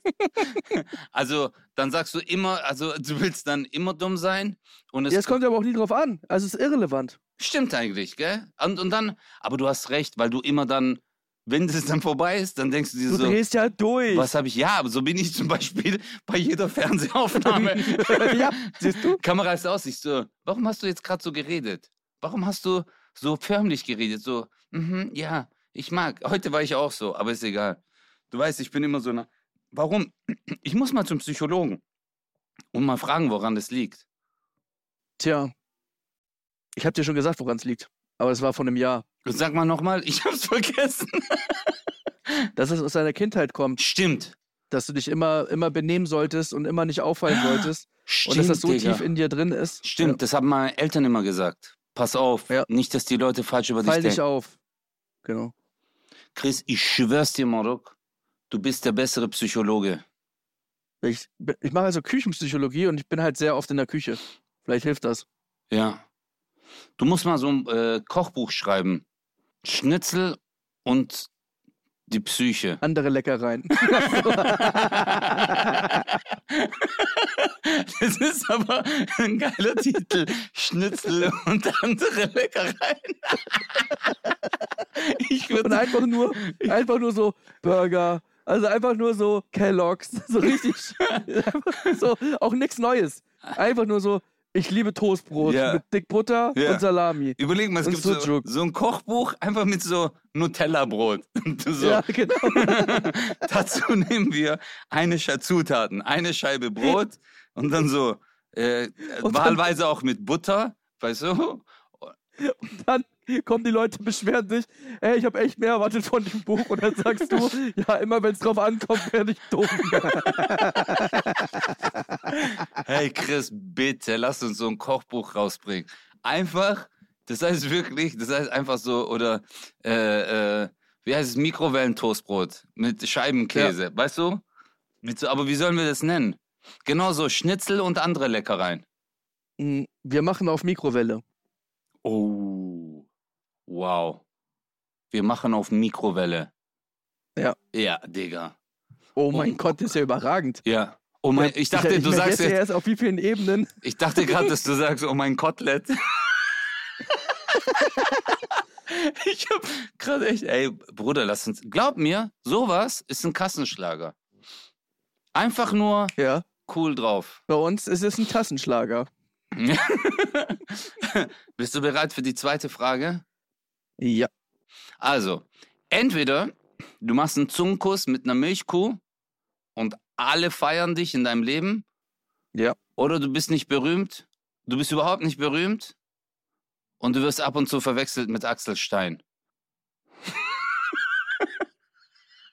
Speaker 1: also, dann sagst du immer, also du willst dann immer dumm sein. Und es
Speaker 4: Ja, es kommt aber auch nie drauf an. Also es ist irrelevant.
Speaker 1: stimmt eigentlich, gell? Und, und dann, aber du hast recht, weil du immer dann, wenn es dann vorbei ist, dann denkst du dir
Speaker 4: Du
Speaker 1: so,
Speaker 4: drehst ja durch.
Speaker 1: was habe ich? Ja, aber so bin ich zum Beispiel bei jeder Fernsehaufnahme.
Speaker 4: ja, siehst du?
Speaker 1: Kamera ist aus, ich so, warum hast du jetzt gerade so geredet? Warum hast du so förmlich geredet? So, mhm, ja, ich mag. Heute war ich auch so, aber ist egal. Du weißt, ich bin immer so eine. Warum? Ich muss mal zum Psychologen und mal fragen, woran das liegt.
Speaker 4: Tja. Ich habe dir schon gesagt, woran es liegt. Aber es war vor einem Jahr.
Speaker 1: Und sag mal nochmal, ich hab's vergessen.
Speaker 4: Dass es aus deiner Kindheit kommt,
Speaker 1: Stimmt.
Speaker 4: dass du dich immer, immer benehmen solltest und immer nicht auffallen solltest.
Speaker 1: Ah, Stimmt.
Speaker 4: und dass das so
Speaker 1: Digga.
Speaker 4: tief in dir drin ist. äh,
Speaker 1: Stimmt, das haben meine Eltern immer gesagt. Pass auf,
Speaker 4: Ja.
Speaker 1: nicht, dass die Leute falsch über
Speaker 4: Ja, fall
Speaker 1: dich
Speaker 4: nicht
Speaker 1: denken.
Speaker 4: auf. Genau.
Speaker 1: Chris, ich schwör's dir, Marok, du bist der bessere Psychologe.
Speaker 4: Ich, bin- ich mache also Küchenpsychologie und ich bin halt sehr oft in der Küche. Vielleicht hilft das.
Speaker 1: Ja. Du musst mal so ein äh, Kochbuch schreiben. Schnitzel und die Psyche.
Speaker 4: Andere Leckereien.
Speaker 1: Das ist aber ein geiler Titel. Schnitzel und andere Leckereien. Ich
Speaker 4: Und
Speaker 1: würde
Speaker 4: einfach nur, einfach nur so Burger. Also einfach nur so Kellogg's. So richtig. so, auch nichts Neues. Einfach nur so, ich liebe Toastbrot
Speaker 1: Ja.
Speaker 4: mit dick Butter
Speaker 1: Ja.
Speaker 4: und Salami.
Speaker 1: überlegen, es
Speaker 4: Und
Speaker 1: gibt so,
Speaker 4: Sucuk.
Speaker 1: so ein Kochbuch einfach mit so Nutella-Brot. Und du So.
Speaker 4: Ja, genau.
Speaker 1: Dazu nehmen wir eine Sche Zutaten, eine Scheibe Brot und dann so äh,
Speaker 4: Und dann-
Speaker 1: wahlweise auch mit Butter, weißt du?
Speaker 4: Dann kommen die Leute, beschweren sich, ey, ich habe echt mehr erwartet von dem Buch. Und dann sagst du, ja, immer wenn es drauf ankommt, werde ich dumm.
Speaker 1: Hey Chris, bitte lass uns so ein Kochbuch rausbringen. Einfach, das heißt wirklich, das heißt einfach so oder äh, äh, wie heißt es Mikrowellentoastbrot mit Scheibenkäse, weißt du? Mit so, aber wie sollen wir das nennen? Genau so Schnitzel und andere Leckereien.
Speaker 4: Mm, Wir machen auf Mikrowelle.
Speaker 1: Oh, wow. Wir machen auf Mikrowelle.
Speaker 4: Ja.
Speaker 1: Ja, Digga.
Speaker 4: Oh mein Gott, das ist ja überragend.
Speaker 1: Ja. Oh mein,
Speaker 4: Ja,
Speaker 1: ich dachte,
Speaker 4: ich
Speaker 1: du sagst
Speaker 4: jetzt
Speaker 1: jetzt,
Speaker 4: erst auf wie vielen Ebenen.
Speaker 1: ich dachte gerade, dass du sagst, oh mein Kotelett. ich hab gerade echt, ey, Bruder, lass uns, glaub mir, sowas ist ein Kassenschlager. Einfach nur
Speaker 4: Ja,
Speaker 1: cool drauf.
Speaker 4: bei uns ist es ein Tassenschlager.
Speaker 1: Bist du bereit für die zweite Frage?
Speaker 4: Ja.
Speaker 1: Also, entweder du machst einen Zungenkuss mit einer Milchkuh und alle feiern dich in deinem Leben.
Speaker 4: Ja.
Speaker 1: Oder du bist nicht berühmt. Du bist überhaupt nicht berühmt. Und du wirst ab und zu verwechselt mit Axel Stein.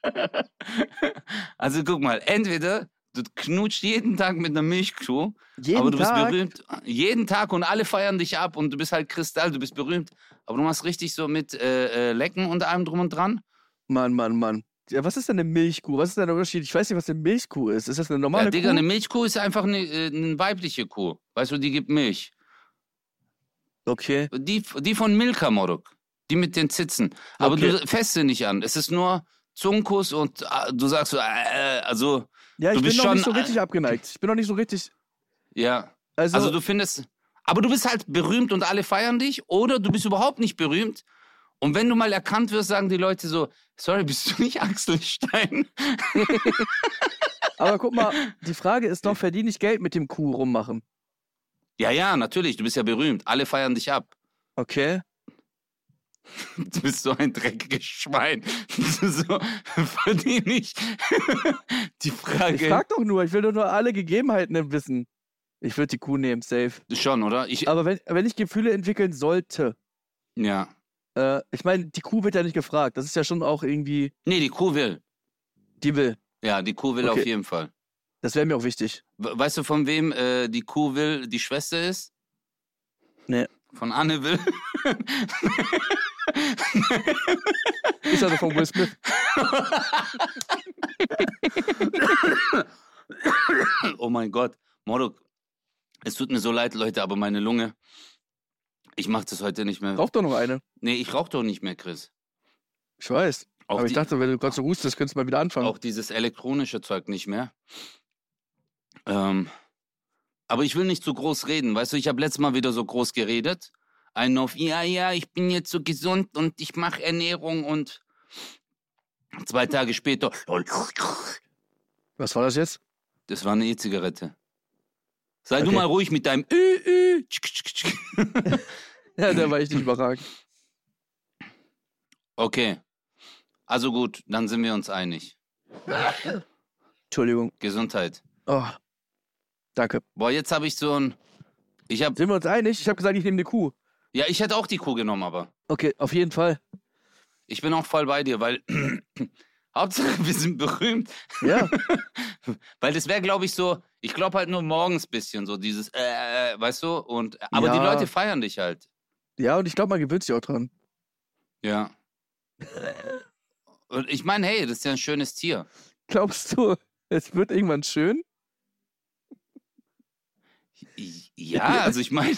Speaker 1: also guck mal, entweder du knutscht jeden Tag mit einer Milchkuh
Speaker 4: Jeden
Speaker 1: aber du
Speaker 4: Tag.
Speaker 1: bist berühmt jeden Tag und alle feiern dich ab und du bist halt Kristall, du bist berühmt. Aber du machst richtig so mit äh, äh, Lecken und allem drum und dran.
Speaker 4: Mann, Mann, Mann. Ja, was ist denn eine Milchkuh? Was ist denn der Unterschied? Ich weiß nicht, was eine Milchkuh ist. Ist das eine normale
Speaker 1: ja, Digga,
Speaker 4: Kuh?
Speaker 1: eine Milchkuh ist einfach eine, äh, eine weibliche Kuh. Weißt du, die gibt Milch.
Speaker 4: Okay.
Speaker 1: Die, die von Milka, Moruk. Die mit den Zitzen. Aber
Speaker 4: Okay.
Speaker 1: du feste nicht an. Es ist nur Zungenkuss und ah, du sagst so, äh, äh, also,
Speaker 4: Ja,
Speaker 1: Du
Speaker 4: ich bin
Speaker 1: bist
Speaker 4: noch nicht so
Speaker 1: schon-
Speaker 4: richtig abgeneigt. Ich bin noch nicht so richtig.
Speaker 1: ja.
Speaker 4: Also,
Speaker 1: Also du findest, aber du bist halt berühmt und alle feiern dich oder du bist überhaupt nicht berühmt. Und wenn du mal erkannt wirst, sagen die Leute so, sorry, bist du nicht Axel Stein?
Speaker 4: aber guck mal, die Frage ist noch, verdiene ich Geld mit dem Kuh rummachen?
Speaker 1: Ja, ja, natürlich, du bist ja berühmt. Alle feiern dich ab.
Speaker 4: Okay.
Speaker 1: Du bist so ein dreckiges Schwein. so verdiene ich. die
Speaker 4: Ich
Speaker 1: Frage
Speaker 4: frag doch nur, ich will doch nur alle Gegebenheiten wissen. Ich würde die Kuh nehmen, safe.
Speaker 1: schon, oder? Ich,
Speaker 4: Aber wenn, wenn ich Gefühle entwickeln sollte,
Speaker 1: ja.
Speaker 4: äh, ich meine, die Kuh wird ja nicht gefragt. Das ist ja schon auch irgendwie,
Speaker 1: Nee, die Kuh will.
Speaker 4: die will.
Speaker 1: Ja, die Kuh will
Speaker 4: Okay.
Speaker 1: auf jeden Fall.
Speaker 4: Das wäre mir auch wichtig.
Speaker 1: We- Weißt du, von wem äh, die Kuh will die Schwester ist?
Speaker 4: Nee.
Speaker 1: Von Anne will.
Speaker 4: Ist also von Will Smith.
Speaker 1: Oh mein Gott, Morok, es tut mir so leid, Leute, aber meine Lunge. Ich mach das heute nicht mehr.
Speaker 4: Braucht doch noch eine.
Speaker 1: Nee, ich rauche doch nicht mehr, Chris.
Speaker 4: Ich weiß.
Speaker 1: Auch,
Speaker 4: aber ich
Speaker 1: die,
Speaker 4: dachte, wenn du gerade so hustest, könntest du mal wieder anfangen.
Speaker 1: auch dieses elektronische Zeug nicht mehr. Ähm, aber ich will nicht zu groß reden. Weißt du, ich habe letztes Mal wieder so groß geredet. Einen auf, ja, ja, ich bin jetzt so gesund und ich mache Ernährung und zwei Tage später.
Speaker 4: Was war das jetzt?
Speaker 1: Das war eine E-Zigarette. Sei du
Speaker 4: Okay.
Speaker 1: mal ruhig mit deinem. Ü, Ü, tschk, tschk, tschk.
Speaker 4: Ja, da war ich nicht überragend.
Speaker 1: Okay. Also gut, dann sind wir uns einig.
Speaker 4: Entschuldigung.
Speaker 1: Gesundheit.
Speaker 4: Oh. Danke.
Speaker 1: Boah, jetzt habe ich so ein. Ich habe.
Speaker 4: Sind wir uns einig? Ich habe gesagt, ich nehme eine Kuh.
Speaker 1: Ja, ich hätte auch die Kuh genommen, aber.
Speaker 4: Okay, auf jeden Fall.
Speaker 1: Ich bin auch voll bei dir, weil. Hauptsache, wir sind berühmt.
Speaker 4: Ja,
Speaker 1: Weil das wäre, glaube ich, so. Ich glaube halt nur morgens bisschen so dieses. Äh, äh, weißt du? Und, aber die
Speaker 4: Ja.
Speaker 1: Leute feiern dich halt.
Speaker 4: ja, und ich glaube, man gewöhnt sich auch dran.
Speaker 1: Ja. Und ich meine, hey, das ist ja ein schönes Tier.
Speaker 4: Glaubst du, es wird irgendwann schön?
Speaker 1: I- Ja, also ich meine.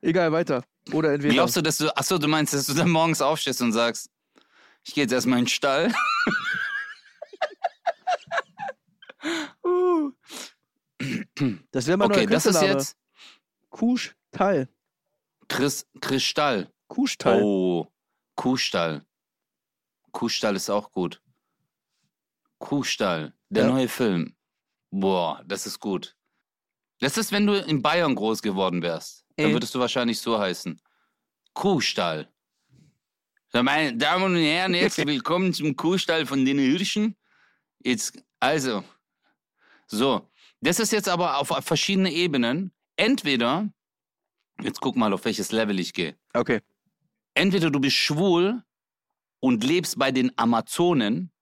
Speaker 4: Egal, weiter. Oder entweder.
Speaker 1: Glaubst du, dass du, achso, du meinst, dass du dann morgens aufstehst und sagst, ich gehe jetzt erstmal in den Stall? uh.
Speaker 4: das wäre mal
Speaker 1: Okay,
Speaker 4: neuer
Speaker 1: das ist
Speaker 4: Künstlername.
Speaker 1: jetzt
Speaker 4: Kuhstall.
Speaker 1: Chris, Chris Stall.
Speaker 4: Kuhstall.
Speaker 1: Oh, Kuhstall. Kuhstall ist auch gut. Kuhstall, der
Speaker 4: Ja.
Speaker 1: neue Film. Boah, das ist gut. Das ist, wenn du in Bayern groß geworden wärst. Dann
Speaker 4: Äh.
Speaker 1: würdest du wahrscheinlich so heißen. Kuhstall. So, meine Damen und Herren, herzlich willkommen zum Kuhstall von den Hirschen. Jetzt, also, so. Das ist jetzt aber auf verschiedene Ebenen. Entweder, jetzt guck mal, auf welches Level ich gehe
Speaker 4: Okay.
Speaker 1: entweder du bist schwul und lebst bei den Amazonen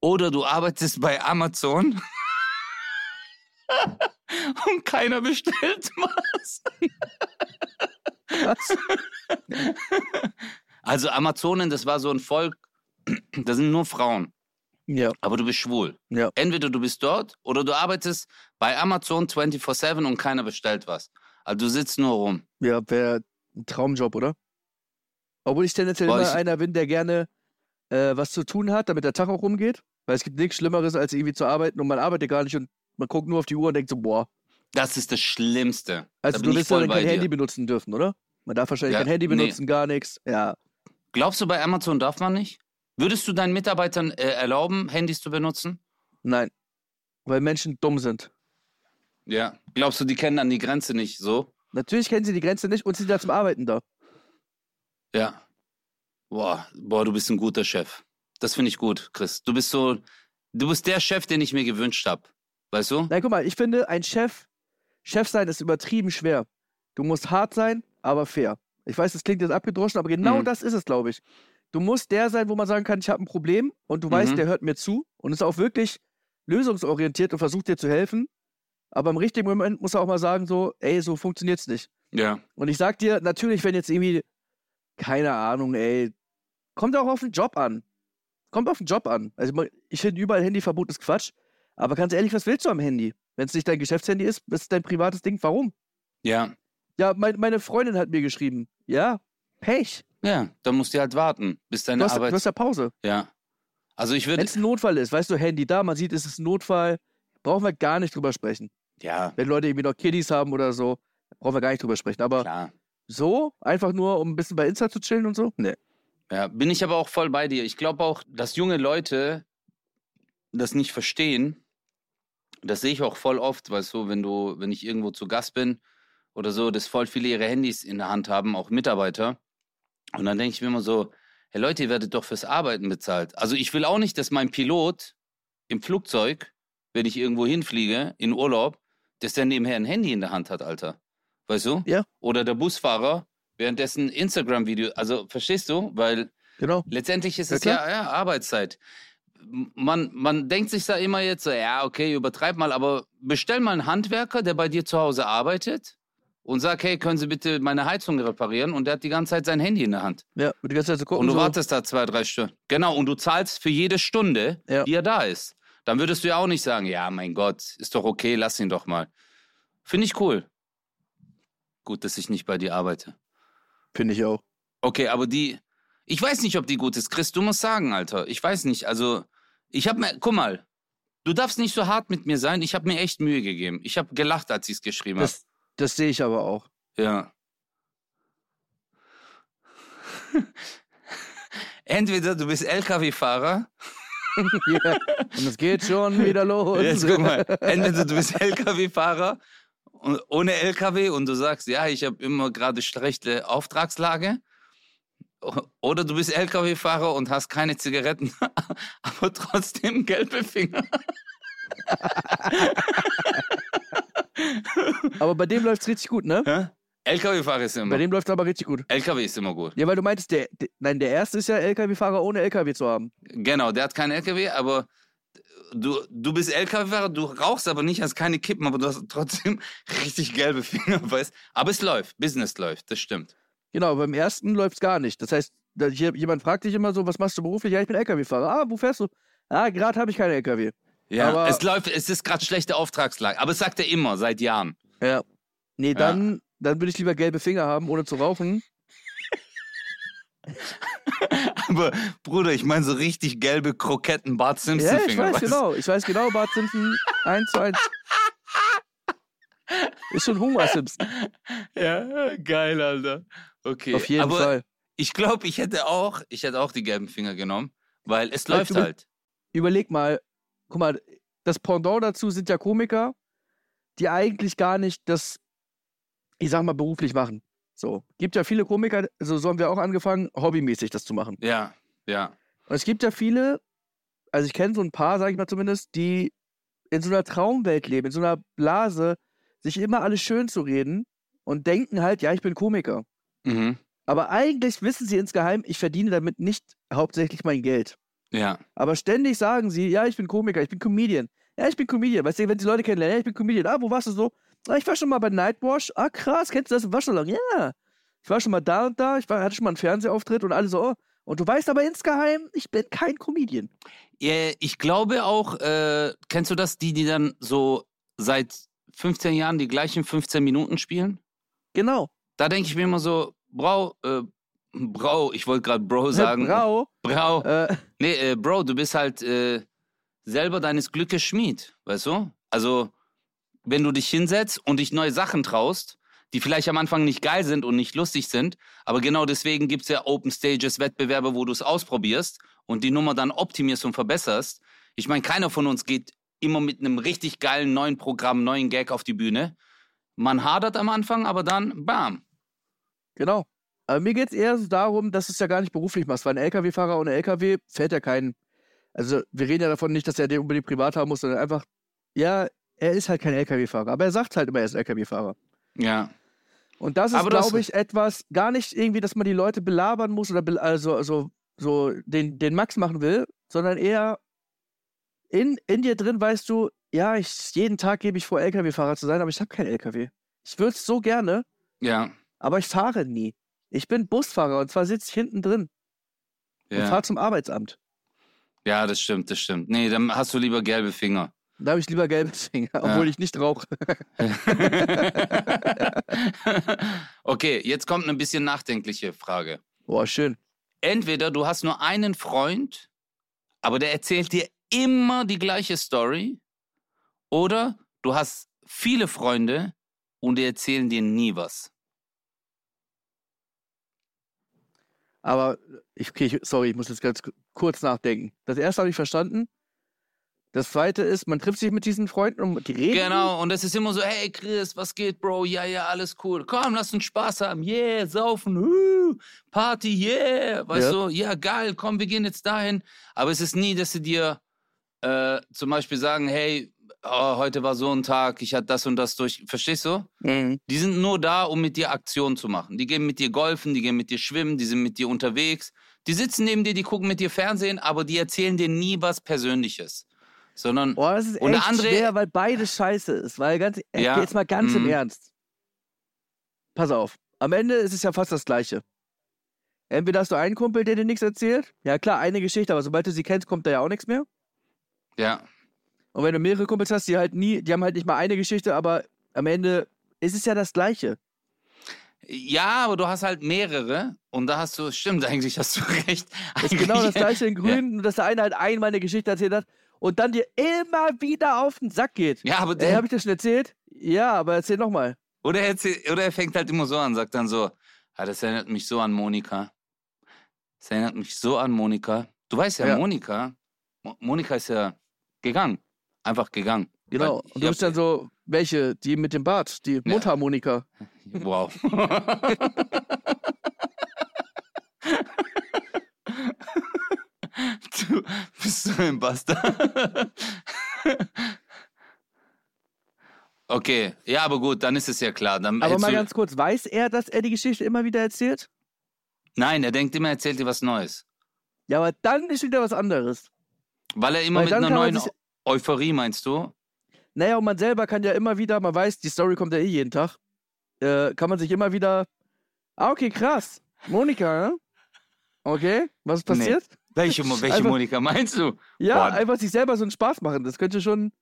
Speaker 1: oder du arbeitest bei Amazon und keiner bestellt was.
Speaker 4: Was?
Speaker 1: Also Amazonen, das war so ein Volk, das sind nur Frauen,
Speaker 4: Ja.
Speaker 1: aber du bist schwul.
Speaker 4: Ja.
Speaker 1: Entweder du bist dort oder du arbeitest bei Amazon 24/7 und keiner bestellt was. Also du sitzt nur rum.
Speaker 4: Ja, wäre ein Traumjob, oder? Obwohl ich tendenziell
Speaker 1: Boah,
Speaker 4: immer
Speaker 1: ich-
Speaker 4: einer bin, der gerne äh, was zu tun hat, damit der Tag auch rumgeht. Weil es gibt nichts Schlimmeres, als irgendwie zu arbeiten und man arbeitet gar nicht und man guckt nur auf die Uhr und denkt so, boah.
Speaker 1: Das ist das Schlimmste. da
Speaker 4: Also du
Speaker 1: bin ich
Speaker 4: wirst ja
Speaker 1: voll
Speaker 4: dann
Speaker 1: bei
Speaker 4: kein
Speaker 1: dir.
Speaker 4: Handy benutzen dürfen, oder? Man darf wahrscheinlich
Speaker 1: Ja,
Speaker 4: kein Handy
Speaker 1: nee.
Speaker 4: benutzen, gar nichts. Ja.
Speaker 1: Glaubst du, bei Amazon darf man nicht? Würdest du deinen Mitarbeitern äh, erlauben, Handys zu benutzen?
Speaker 4: Nein. Weil Menschen dumm sind.
Speaker 1: Ja. Glaubst du, die kennen dann die Grenze nicht so?
Speaker 4: Natürlich kennen sie die Grenze nicht und sind da zum Arbeiten da.
Speaker 1: Ja. Boah, boah, du bist ein guter Chef. Das finde ich gut, Chris. Du bist so, du bist der Chef, den ich mir gewünscht habe. Weißt du?
Speaker 4: Nein, guck mal, ich finde, ein Chef, Chef sein ist übertrieben schwer. Du musst hart sein, aber fair. Ich weiß, das klingt jetzt abgedroschen, aber genau
Speaker 1: Mhm.
Speaker 4: das ist es, glaube ich. Du musst der sein, wo man sagen kann, ich habe ein Problem und du weißt,
Speaker 1: Mhm.
Speaker 4: der hört mir zu und ist auch wirklich lösungsorientiert und versucht dir zu helfen. Aber im richtigen Moment muss er auch mal sagen, so, ey, so funktioniert's nicht.
Speaker 1: Ja.
Speaker 4: Und ich sag dir, natürlich, wenn jetzt irgendwie, keine Ahnung, ey, kommt auch auf den Job an. Kommt auf den Job an. Also man- ich finde überall Handyverbot ist Quatsch. Aber ganz ehrlich, was willst du am Handy? Wenn es nicht dein Geschäftshandy ist, ist es dein privates Ding. Warum?
Speaker 1: Ja.
Speaker 4: Ja, mein, meine Freundin hat mir geschrieben. Ja, Pech.
Speaker 1: Ja, dann musst du halt warten, bis
Speaker 4: Du
Speaker 1: deine
Speaker 4: hast, du
Speaker 1: Arbeit.
Speaker 4: hast ja Pause.
Speaker 1: ja. Also ich
Speaker 4: Wenn
Speaker 1: würde.
Speaker 4: es ein Notfall ist, weißt du, Handy da, man sieht, es ist ein Notfall. Brauchen wir gar nicht drüber sprechen.
Speaker 1: Ja,
Speaker 4: Wenn Leute irgendwie noch Kiddies haben oder so, brauchen wir gar nicht drüber sprechen. Aber
Speaker 1: klar.
Speaker 4: so, einfach nur, um ein bisschen bei Insta zu chillen und so? Nee.
Speaker 1: Ja, bin ich aber auch voll bei dir. Ich glaube auch, dass junge Leute das nicht verstehen. Das sehe ich auch voll oft, weißt du, wenn du, wenn ich irgendwo zu Gast bin oder so, dass voll viele ihre Handys in der Hand haben, auch Mitarbeiter. Und dann denke ich mir immer so, hey Leute, ihr werdet doch fürs Arbeiten bezahlt. Also ich will auch nicht, dass mein Pilot im Flugzeug, wenn ich irgendwo hinfliege, in Urlaub, dass der nebenher ein Handy in der Hand hat, Alter. Weißt du?
Speaker 4: Ja.
Speaker 1: Oder der Busfahrer währenddessen Instagram-Video. Also verstehst du? Weil
Speaker 4: Genau.
Speaker 1: Letztendlich ist
Speaker 4: Ja,
Speaker 1: es ja, ja Arbeitszeit. M- Man, man denkt sich da immer jetzt so, ja, okay, übertreib mal, aber bestell mal einen Handwerker, der bei dir zu Hause arbeitet und sag, hey, können Sie bitte meine Heizung reparieren? Und der hat die ganze Zeit sein Handy in der Hand.
Speaker 4: Ja, und die ganze Zeit so gucken.
Speaker 1: Und du
Speaker 4: so,
Speaker 1: wartest da zwei, drei Stunden. Genau, und du zahlst für jede Stunde,
Speaker 4: Ja.
Speaker 1: die er da ist. Dann würdest du ja auch nicht sagen, ja, mein Gott, ist doch okay, lass ihn doch mal. Finde ich cool. Gut, dass ich nicht bei dir arbeite.
Speaker 4: Finde ich auch.
Speaker 1: Okay, aber die. Ich weiß nicht, ob die gut ist. Chris, du musst sagen, Alter. Ich weiß nicht. Also, ich hab mir. Guck mal. Du darfst nicht so hart mit mir sein. Ich hab mir echt Mühe gegeben. Ich hab gelacht, als ich es geschrieben hab.
Speaker 4: Das, das sehe ich aber auch.
Speaker 1: Ja. Entweder du bist LKW-Fahrer.
Speaker 4: ja. Und es geht schon wieder los.
Speaker 1: Jetzt guck mal. Entweder du bist LKW-Fahrer und- ohne LKW und du sagst, ja, ich habe immer gerade schlechte Auftragslage. O- Oder du bist LKW-Fahrer und hast keine Zigaretten, aber trotzdem gelbe Finger.
Speaker 4: Aber bei dem läuft es richtig gut, ne?
Speaker 1: LKW-Fahrer ist
Speaker 4: Bei
Speaker 1: immer.
Speaker 4: dem läuft es aber richtig gut.
Speaker 1: LKW ist immer gut.
Speaker 4: Ja, weil du meintest, der, der, nein, der erste ist ja LKW-Fahrer ohne LKW zu haben.
Speaker 1: Genau, der hat keinen LKW, aber du, du bist LKW-Fahrer, du rauchst aber nicht, hast keine Kippen, aber du hast trotzdem richtig gelbe Finger, weißt Aber es läuft, Business läuft, das stimmt.
Speaker 4: Genau, beim ersten läuft es gar nicht. Das heißt, da, hier, jemand fragt dich immer so, was machst du beruflich? Ja, ich bin LKW-Fahrer. Ah, wo fährst du? Ah, gerade habe ich keine LKW.
Speaker 1: Ja,
Speaker 4: Aber-
Speaker 1: es läuft, es ist gerade schlechte Auftragslage, aber es sagt er immer, seit Jahren.
Speaker 4: Ja. Nee, dann, dann würde ich lieber gelbe Finger haben, ohne zu rauchen.
Speaker 1: Aber Bruder, ich meine so richtig gelbe Kroketten Bart
Speaker 4: Ja, ich
Speaker 1: Simpson-Finger.
Speaker 4: weiß
Speaker 1: weißt du?
Speaker 4: genau. Ich weiß genau, Bart Simpson 1 zu 1. Ist schon Homer Simpson.
Speaker 1: Ja, geil, Alter. Okay,
Speaker 4: Auf jeden
Speaker 1: aber
Speaker 4: Fall.
Speaker 1: ich glaube, ich hätte auch, ich hätte auch die gelben Finger genommen, weil es
Speaker 4: Weil
Speaker 1: läuft
Speaker 4: du bist-
Speaker 1: halt.
Speaker 4: Überleg mal, guck mal, das Pendant dazu sind ja Komiker, die eigentlich gar nicht das, ich sag mal, beruflich machen. So. Gibt ja viele Komiker, also so haben wir auch angefangen, hobbymäßig das zu machen.
Speaker 1: Ja, ja,
Speaker 4: Und es gibt ja viele, also ich kenne so ein paar, sage ich mal zumindest, die in so einer Traumwelt leben, in so einer Blase, sich immer alles schön zu reden und denken halt, ja, ich bin Komiker.
Speaker 1: mhm.
Speaker 4: Aber eigentlich wissen sie insgeheim, ich verdiene damit nicht hauptsächlich mein Geld.
Speaker 1: ja,
Speaker 4: Aber ständig sagen sie, ja, ich bin Komiker, ich bin Comedian. Ja, ich bin Comedian. Weißt du, wenn die Leute kennenlernen, ja, ich bin Comedian. Ah, wo warst du so? Ah, ich war schon mal bei Nightwash. Ah, krass, kennst du das? War schon lange. Ja. Ich war schon mal da und da. Ich war, hatte schon mal einen Fernsehauftritt und alle so, oh. Und du weißt aber insgeheim, ich bin kein Comedian.
Speaker 1: Ja, Ich glaube auch, äh, kennst du das, die, die dann so seit 15 Jahren die gleichen 15 Minuten spielen?
Speaker 4: Genau.
Speaker 1: Da denke ich mir immer so, Brau, äh, Brau, ich wollte gerade Bro sagen.
Speaker 4: Brau,
Speaker 1: Brau.
Speaker 4: äh,
Speaker 1: Nee, äh, Bro, du bist halt äh, selber deines Glückes Schmied, weißt du? Also, wenn du dich hinsetzt und dich neue Sachen traust, die vielleicht am Anfang nicht geil sind und nicht lustig sind, aber genau deswegen gibt es ja Open Stages, Wettbewerbe, wo du es ausprobierst und die Nummer dann optimierst und verbesserst. Ich meine, keiner von uns geht immer mit einem richtig geilen neuen Programm, neuen Gag auf die Bühne. Man hadert am Anfang, aber dann, bam.
Speaker 4: genau. Aber mir geht es eher so darum, dass du es ja gar nicht beruflich machst, weil ein LKW-Fahrer ohne LKW fährt ja keinen. Also, wir reden ja davon nicht, dass er den unbedingt privat haben muss, sondern einfach, ja, er ist halt kein LKW-Fahrer. Aber er sagt halt immer, er ist LKW-Fahrer.
Speaker 1: Ja.
Speaker 4: Und das ist,
Speaker 1: Aber das-
Speaker 4: glaube ich, etwas, gar nicht irgendwie, dass man die Leute belabern muss oder bel also, also so den, den Max machen will, sondern eher in, in dir drin weißt du, ja, ich, jeden Tag gebe ich vor, LKW-Fahrer zu sein, aber ich habe keinen LKW. Ich würde es so gerne,
Speaker 1: Ja.
Speaker 4: aber ich fahre nie. Ich bin Busfahrer und zwar sitze ich hinten drin und
Speaker 1: Ja.
Speaker 4: fahre zum Arbeitsamt.
Speaker 1: ja, das stimmt, das stimmt. Nee, dann hast du lieber gelbe Finger.
Speaker 4: Da habe ich lieber gelbe Finger, obwohl ich nicht rauche.
Speaker 1: Okay, jetzt kommt eine bisschen nachdenkliche Frage.
Speaker 4: Boah, schön.
Speaker 1: Entweder du hast nur einen Freund, aber der erzählt dir immer die gleiche Story, oder du hast viele Freunde und die erzählen dir nie was.
Speaker 4: Aber ich, okay, ich, sorry, ich muss jetzt ganz ku- kurz nachdenken. Das erste habe ich verstanden. Das zweite ist, man trifft sich mit diesen Freunden und die reden.
Speaker 1: Genau, und das ist immer so, hey Chris, was geht, Bro? Ja, ja, alles cool. Komm, lass uns Spaß haben. Yeah, saufen, uh, Party, yeah. Weißt
Speaker 4: Ja.
Speaker 1: du, ja, geil, komm, wir gehen jetzt dahin. Aber es ist nie, dass sie dir äh, zum Beispiel sagen, hey, oh, heute war so ein Tag, ich hatte das und das durch. Verstehst du?
Speaker 4: Mhm.
Speaker 1: Die sind nur da, um mit dir Aktionen zu machen. Die gehen mit dir golfen, die gehen mit dir schwimmen, die sind mit dir unterwegs. Die sitzen neben dir, die gucken mit dir Fernsehen, aber die erzählen dir nie was Persönliches. Sondern
Speaker 4: Boah, das ist
Speaker 1: Und der
Speaker 4: echt
Speaker 1: andere-
Speaker 4: schwer, weil beides scheiße ist. Weil ganz, echt,
Speaker 1: Ja,
Speaker 4: jetzt mal ganz im
Speaker 1: mhm.
Speaker 4: Ernst. Pass auf. Am Ende ist es ja fast das Gleiche. Entweder hast du einen Kumpel, der dir nichts erzählt. Ja, klar, eine Geschichte, aber sobald du sie kennst, kommt da ja auch nichts mehr.
Speaker 1: ja,
Speaker 4: Und wenn du mehrere Kumpels hast, die halt nie, die haben halt nicht mal eine Geschichte, aber am Ende ist es ja das Gleiche.
Speaker 1: Ja, aber du hast halt mehrere und da hast du, stimmt, eigentlich hast du recht.
Speaker 4: Ist genau das
Speaker 1: Eigentlich-
Speaker 4: gleiche in Grün, nur dass der eine halt einmal eine Geschichte erzählt hat und dann dir immer wieder auf den Sack geht.
Speaker 1: Ja, aber
Speaker 4: Ey,
Speaker 1: der,
Speaker 4: Äh, hab ich dir schon erzählt? Ja, aber erzähl nochmal.
Speaker 1: oder, er erzähl- oder er fängt halt immer so an, sagt dann so, ah, das erinnert mich so an Monika. Das erinnert mich so an Monika. Du weißt ja,
Speaker 4: Ja.
Speaker 1: Monika, Mo Monika ist ja gegangen, einfach gegangen.
Speaker 4: Genau.
Speaker 1: Weil-
Speaker 4: Und du bist dann so, welche? Die mit dem Bart, die Mundharmonika.
Speaker 1: Wow. du bist so ein Bastard. okay, ja, aber gut, dann ist es ja klar. Dann
Speaker 4: Aber
Speaker 1: hättest
Speaker 4: mal
Speaker 1: du-
Speaker 4: ganz kurz, weiß er, dass er die Geschichte immer wieder erzählt?
Speaker 1: Nein, er denkt immer, er erzählt dir was Neues.
Speaker 4: Ja, aber dann ist wieder was anderes.
Speaker 1: Weil er immer
Speaker 4: Weil
Speaker 1: mit
Speaker 4: dann
Speaker 1: einer
Speaker 4: kann man
Speaker 1: neuen
Speaker 4: sich-
Speaker 1: Eu- Euphorie, meinst du?
Speaker 4: Naja, und man selber kann ja immer wieder, man weiß, die Story kommt ja eh jeden Tag, äh, kann man sich immer wieder, ah, okay, krass, Monika, ne? Okay, was ist
Speaker 1: Nee.
Speaker 4: passiert?
Speaker 1: Welche, Mo- welche
Speaker 4: Einfach-
Speaker 1: Monika meinst du?
Speaker 4: Ja,
Speaker 1: Boah.
Speaker 4: einfach sich selber so einen Spaß machen, das könnte schon,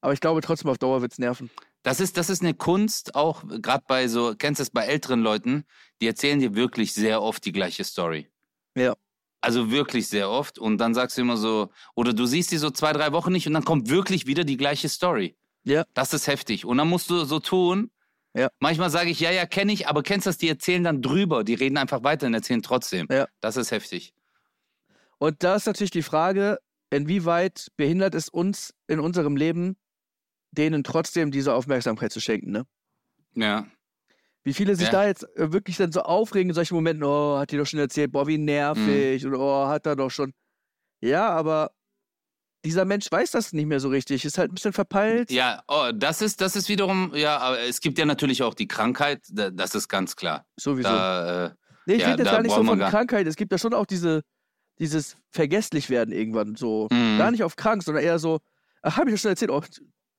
Speaker 4: aber ich glaube trotzdem auf Dauer wird's nerven.
Speaker 1: Das ist, das ist eine Kunst, auch gerade bei so, kennst du das bei älteren Leuten, die erzählen dir wirklich sehr oft die gleiche Story.
Speaker 4: Ja.
Speaker 1: Also wirklich sehr oft. Und dann sagst du immer so, oder du siehst die so zwei, drei Wochen nicht und dann kommt wirklich wieder die gleiche Story.
Speaker 4: Ja.
Speaker 1: Das ist heftig. Und dann musst du so tun.
Speaker 4: Ja.
Speaker 1: Manchmal sage ich, ja, ja, kenne ich, aber kennst du das, die erzählen dann drüber, die reden einfach weiter und erzählen trotzdem.
Speaker 4: Ja.
Speaker 1: Das ist heftig.
Speaker 4: Und da ist natürlich die Frage, inwieweit behindert es uns in unserem Leben, denen trotzdem diese Aufmerksamkeit zu schenken, ne?
Speaker 1: Ja.
Speaker 4: Wie viele sich
Speaker 1: Ja.
Speaker 4: da jetzt äh, wirklich dann so aufregen in solchen Momenten, oh, hat die doch schon erzählt, boah, wie nervig
Speaker 1: Mhm.
Speaker 4: und oh, hat er doch schon. Ja, aber dieser Mensch weiß das nicht mehr so richtig, ist halt ein bisschen verpeilt.
Speaker 1: Ja, oh, das ist, das ist wiederum, ja, aber es gibt ja natürlich auch die Krankheit, da- das ist ganz klar.
Speaker 4: Sowieso.
Speaker 1: Da, äh,
Speaker 4: nee, ich
Speaker 1: ja,
Speaker 4: rede jetzt
Speaker 1: da
Speaker 4: gar nicht so
Speaker 1: brauchen wir
Speaker 4: von
Speaker 1: gar-
Speaker 4: Krankheit. Es gibt ja schon auch diese, dieses Vergesslichwerden irgendwann so.
Speaker 1: Mhm.
Speaker 4: Gar nicht auf krank, sondern eher so, ach, hab ich doch schon erzählt, oh,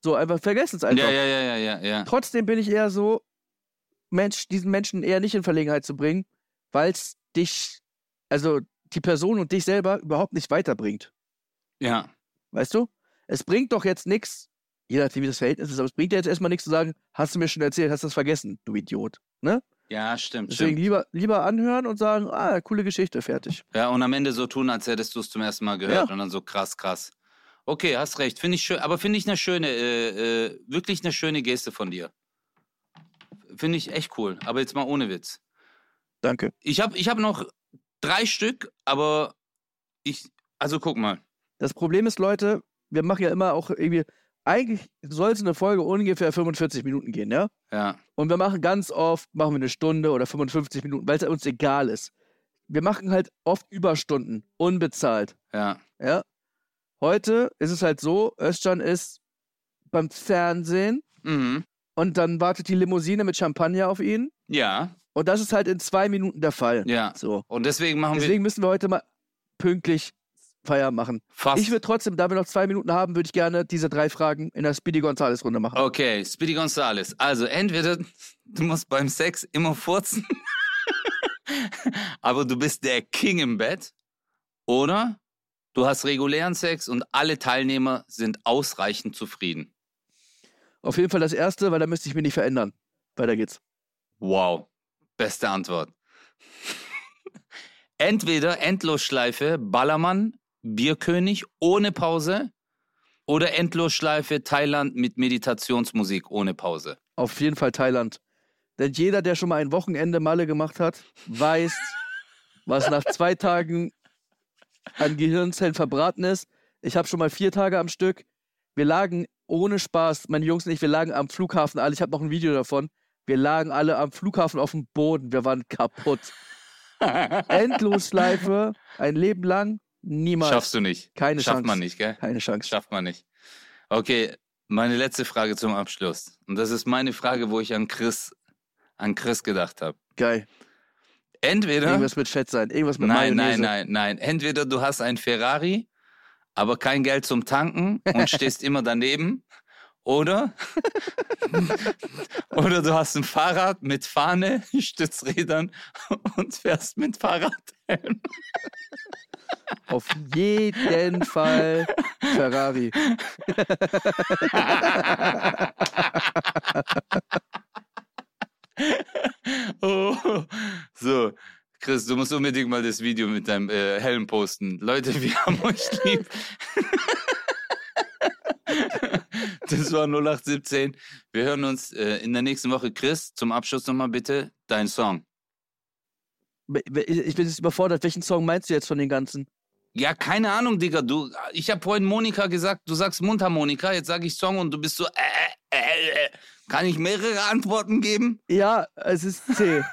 Speaker 4: so einfach vergessen es einfach.
Speaker 1: Ja, ja, ja, ja, ja, ja.
Speaker 4: Trotzdem bin ich eher so, Mensch, diesen Menschen eher nicht in Verlegenheit zu bringen, weil es dich, also die Person und dich selber überhaupt nicht weiterbringt.
Speaker 1: Ja,
Speaker 4: Weißt du? Es bringt doch jetzt nichts, je nachdem wie das Verhältnis ist, aber es bringt dir jetzt erstmal nichts zu sagen, hast du mir schon erzählt, hast du das vergessen, du Idiot.
Speaker 1: ja stimmt,
Speaker 4: Deswegen
Speaker 1: stimmt.
Speaker 4: lieber, lieber anhören und sagen, ah, coole Geschichte, fertig.
Speaker 1: Ja, und am Ende so tun, als hättest du es zum ersten Mal gehört und dann so krass, krass. Okay, hast recht. Finde ich schön, aber finde ich eine schöne, äh, äh, wirklich eine schöne Geste von dir. Finde ich echt cool. Aber jetzt mal ohne Witz.
Speaker 4: Danke.
Speaker 1: Ich habe ich hab noch drei Stück, aber ich, also guck mal.
Speaker 4: Das Problem ist, Leute, wir machen ja immer auch irgendwie, eigentlich soll es eine Folge ungefähr 45 Minuten gehen, ja?
Speaker 1: Ja,
Speaker 4: Und wir machen ganz oft, machen wir eine Stunde oder 55 Minuten, weil es uns egal ist. Wir machen halt oft Überstunden, unbezahlt.
Speaker 1: ja,
Speaker 4: Ja? Heute ist es halt so, Özcan ist beim Fernsehen
Speaker 1: mhm.
Speaker 4: und dann wartet die Limousine mit Champagner auf ihn.
Speaker 1: ja,
Speaker 4: Und das ist halt in zwei Minuten der Fall.
Speaker 1: ja.
Speaker 4: So.
Speaker 1: Und deswegen machen wir
Speaker 4: Deswegen müssen wir heute mal pünktlich Feier machen.
Speaker 1: fast.
Speaker 4: Ich würde trotzdem, da wir noch zwei Minuten haben, würde ich gerne diese drei Fragen in der Speedy Gonzales-Runde machen.
Speaker 1: Okay, Speedy Gonzales. Also entweder du musst beim Sex immer furzen, aber du bist der King im Bett, oder Du hast regulären Sex und alle Teilnehmer sind ausreichend zufrieden.
Speaker 4: Auf jeden Fall das erste, weil da müsste ich mich nicht verändern. Weiter geht's.
Speaker 1: Wow, beste Antwort. Entweder Endlosschleife Ballermann, Bierkönig ohne Pause oder Endlosschleife Thailand mit Meditationsmusik ohne Pause.
Speaker 4: Auf jeden Fall Thailand. Denn jeder, der schon mal ein Wochenende Malle gemacht hat, weiß, was nach zwei Tagen an Gehirnzellen verbraten ist. Ich habe schon mal vier Tage am Stück. Wir lagen ohne Spaß, meine Jungs und ich, wir lagen am Flughafen alle. Ich habe noch ein Video davon. Wir lagen alle am Flughafen auf dem Boden. Wir waren kaputt. Endlosschleife, ein Leben lang, niemals.
Speaker 1: Schaffst du nicht.
Speaker 4: Keine
Speaker 1: Schafft
Speaker 4: Chance.
Speaker 1: man nicht, gell?
Speaker 4: Keine Chance.
Speaker 1: Schafft man nicht. Okay, meine letzte Frage zum Abschluss. Und das ist meine Frage, wo ich an Chris, an Chris gedacht habe.
Speaker 4: Geil.
Speaker 1: Entweder.
Speaker 4: Irgendwas mit Fett sein. Irgendwas mit
Speaker 1: Nein,
Speaker 4: Mayonnaise.
Speaker 1: nein, nein, nein. Entweder du hast ein Ferrari, aber kein Geld zum Tanken und stehst immer daneben. Oder, oder du hast ein Fahrrad mit Fahne, Stützrädern und fährst mit Fahrradhelm.
Speaker 4: Auf jeden Fall Ferrari.
Speaker 1: Oh. So, Chris, du musst unbedingt mal das Video mit deinem äh, Helm posten. Leute, wir haben euch lieb. das war 0817. Wir hören uns äh, in der nächsten Woche. Chris, zum Abschluss nochmal bitte dein Song.
Speaker 4: Ich bin jetzt überfordert. Welchen Song meinst du jetzt von den ganzen?
Speaker 1: Ja, keine Ahnung, Digga. Du, ich habe vorhin Monika gesagt, du sagst Mundharmonika, jetzt sage ich Song und du bist so. Äh, äh, äh. Kann ich mehrere Antworten geben?
Speaker 4: Ja, es ist C.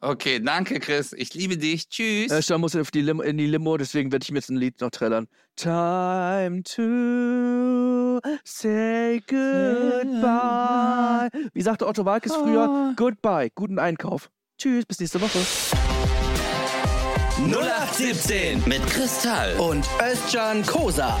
Speaker 1: Okay, danke, Chris. Ich liebe dich. Tschüss.
Speaker 4: Äh, Stern muss auf die Lim in die Limo, deswegen werde ich mir jetzt ein Lied noch trällern. Time to say goodbye. Wie sagte Otto Walkes früher, goodbye, guten Einkauf. Tschüss, bis nächste Woche.
Speaker 2: 0817
Speaker 1: Mit Kristall.
Speaker 2: und Özcan Kosa.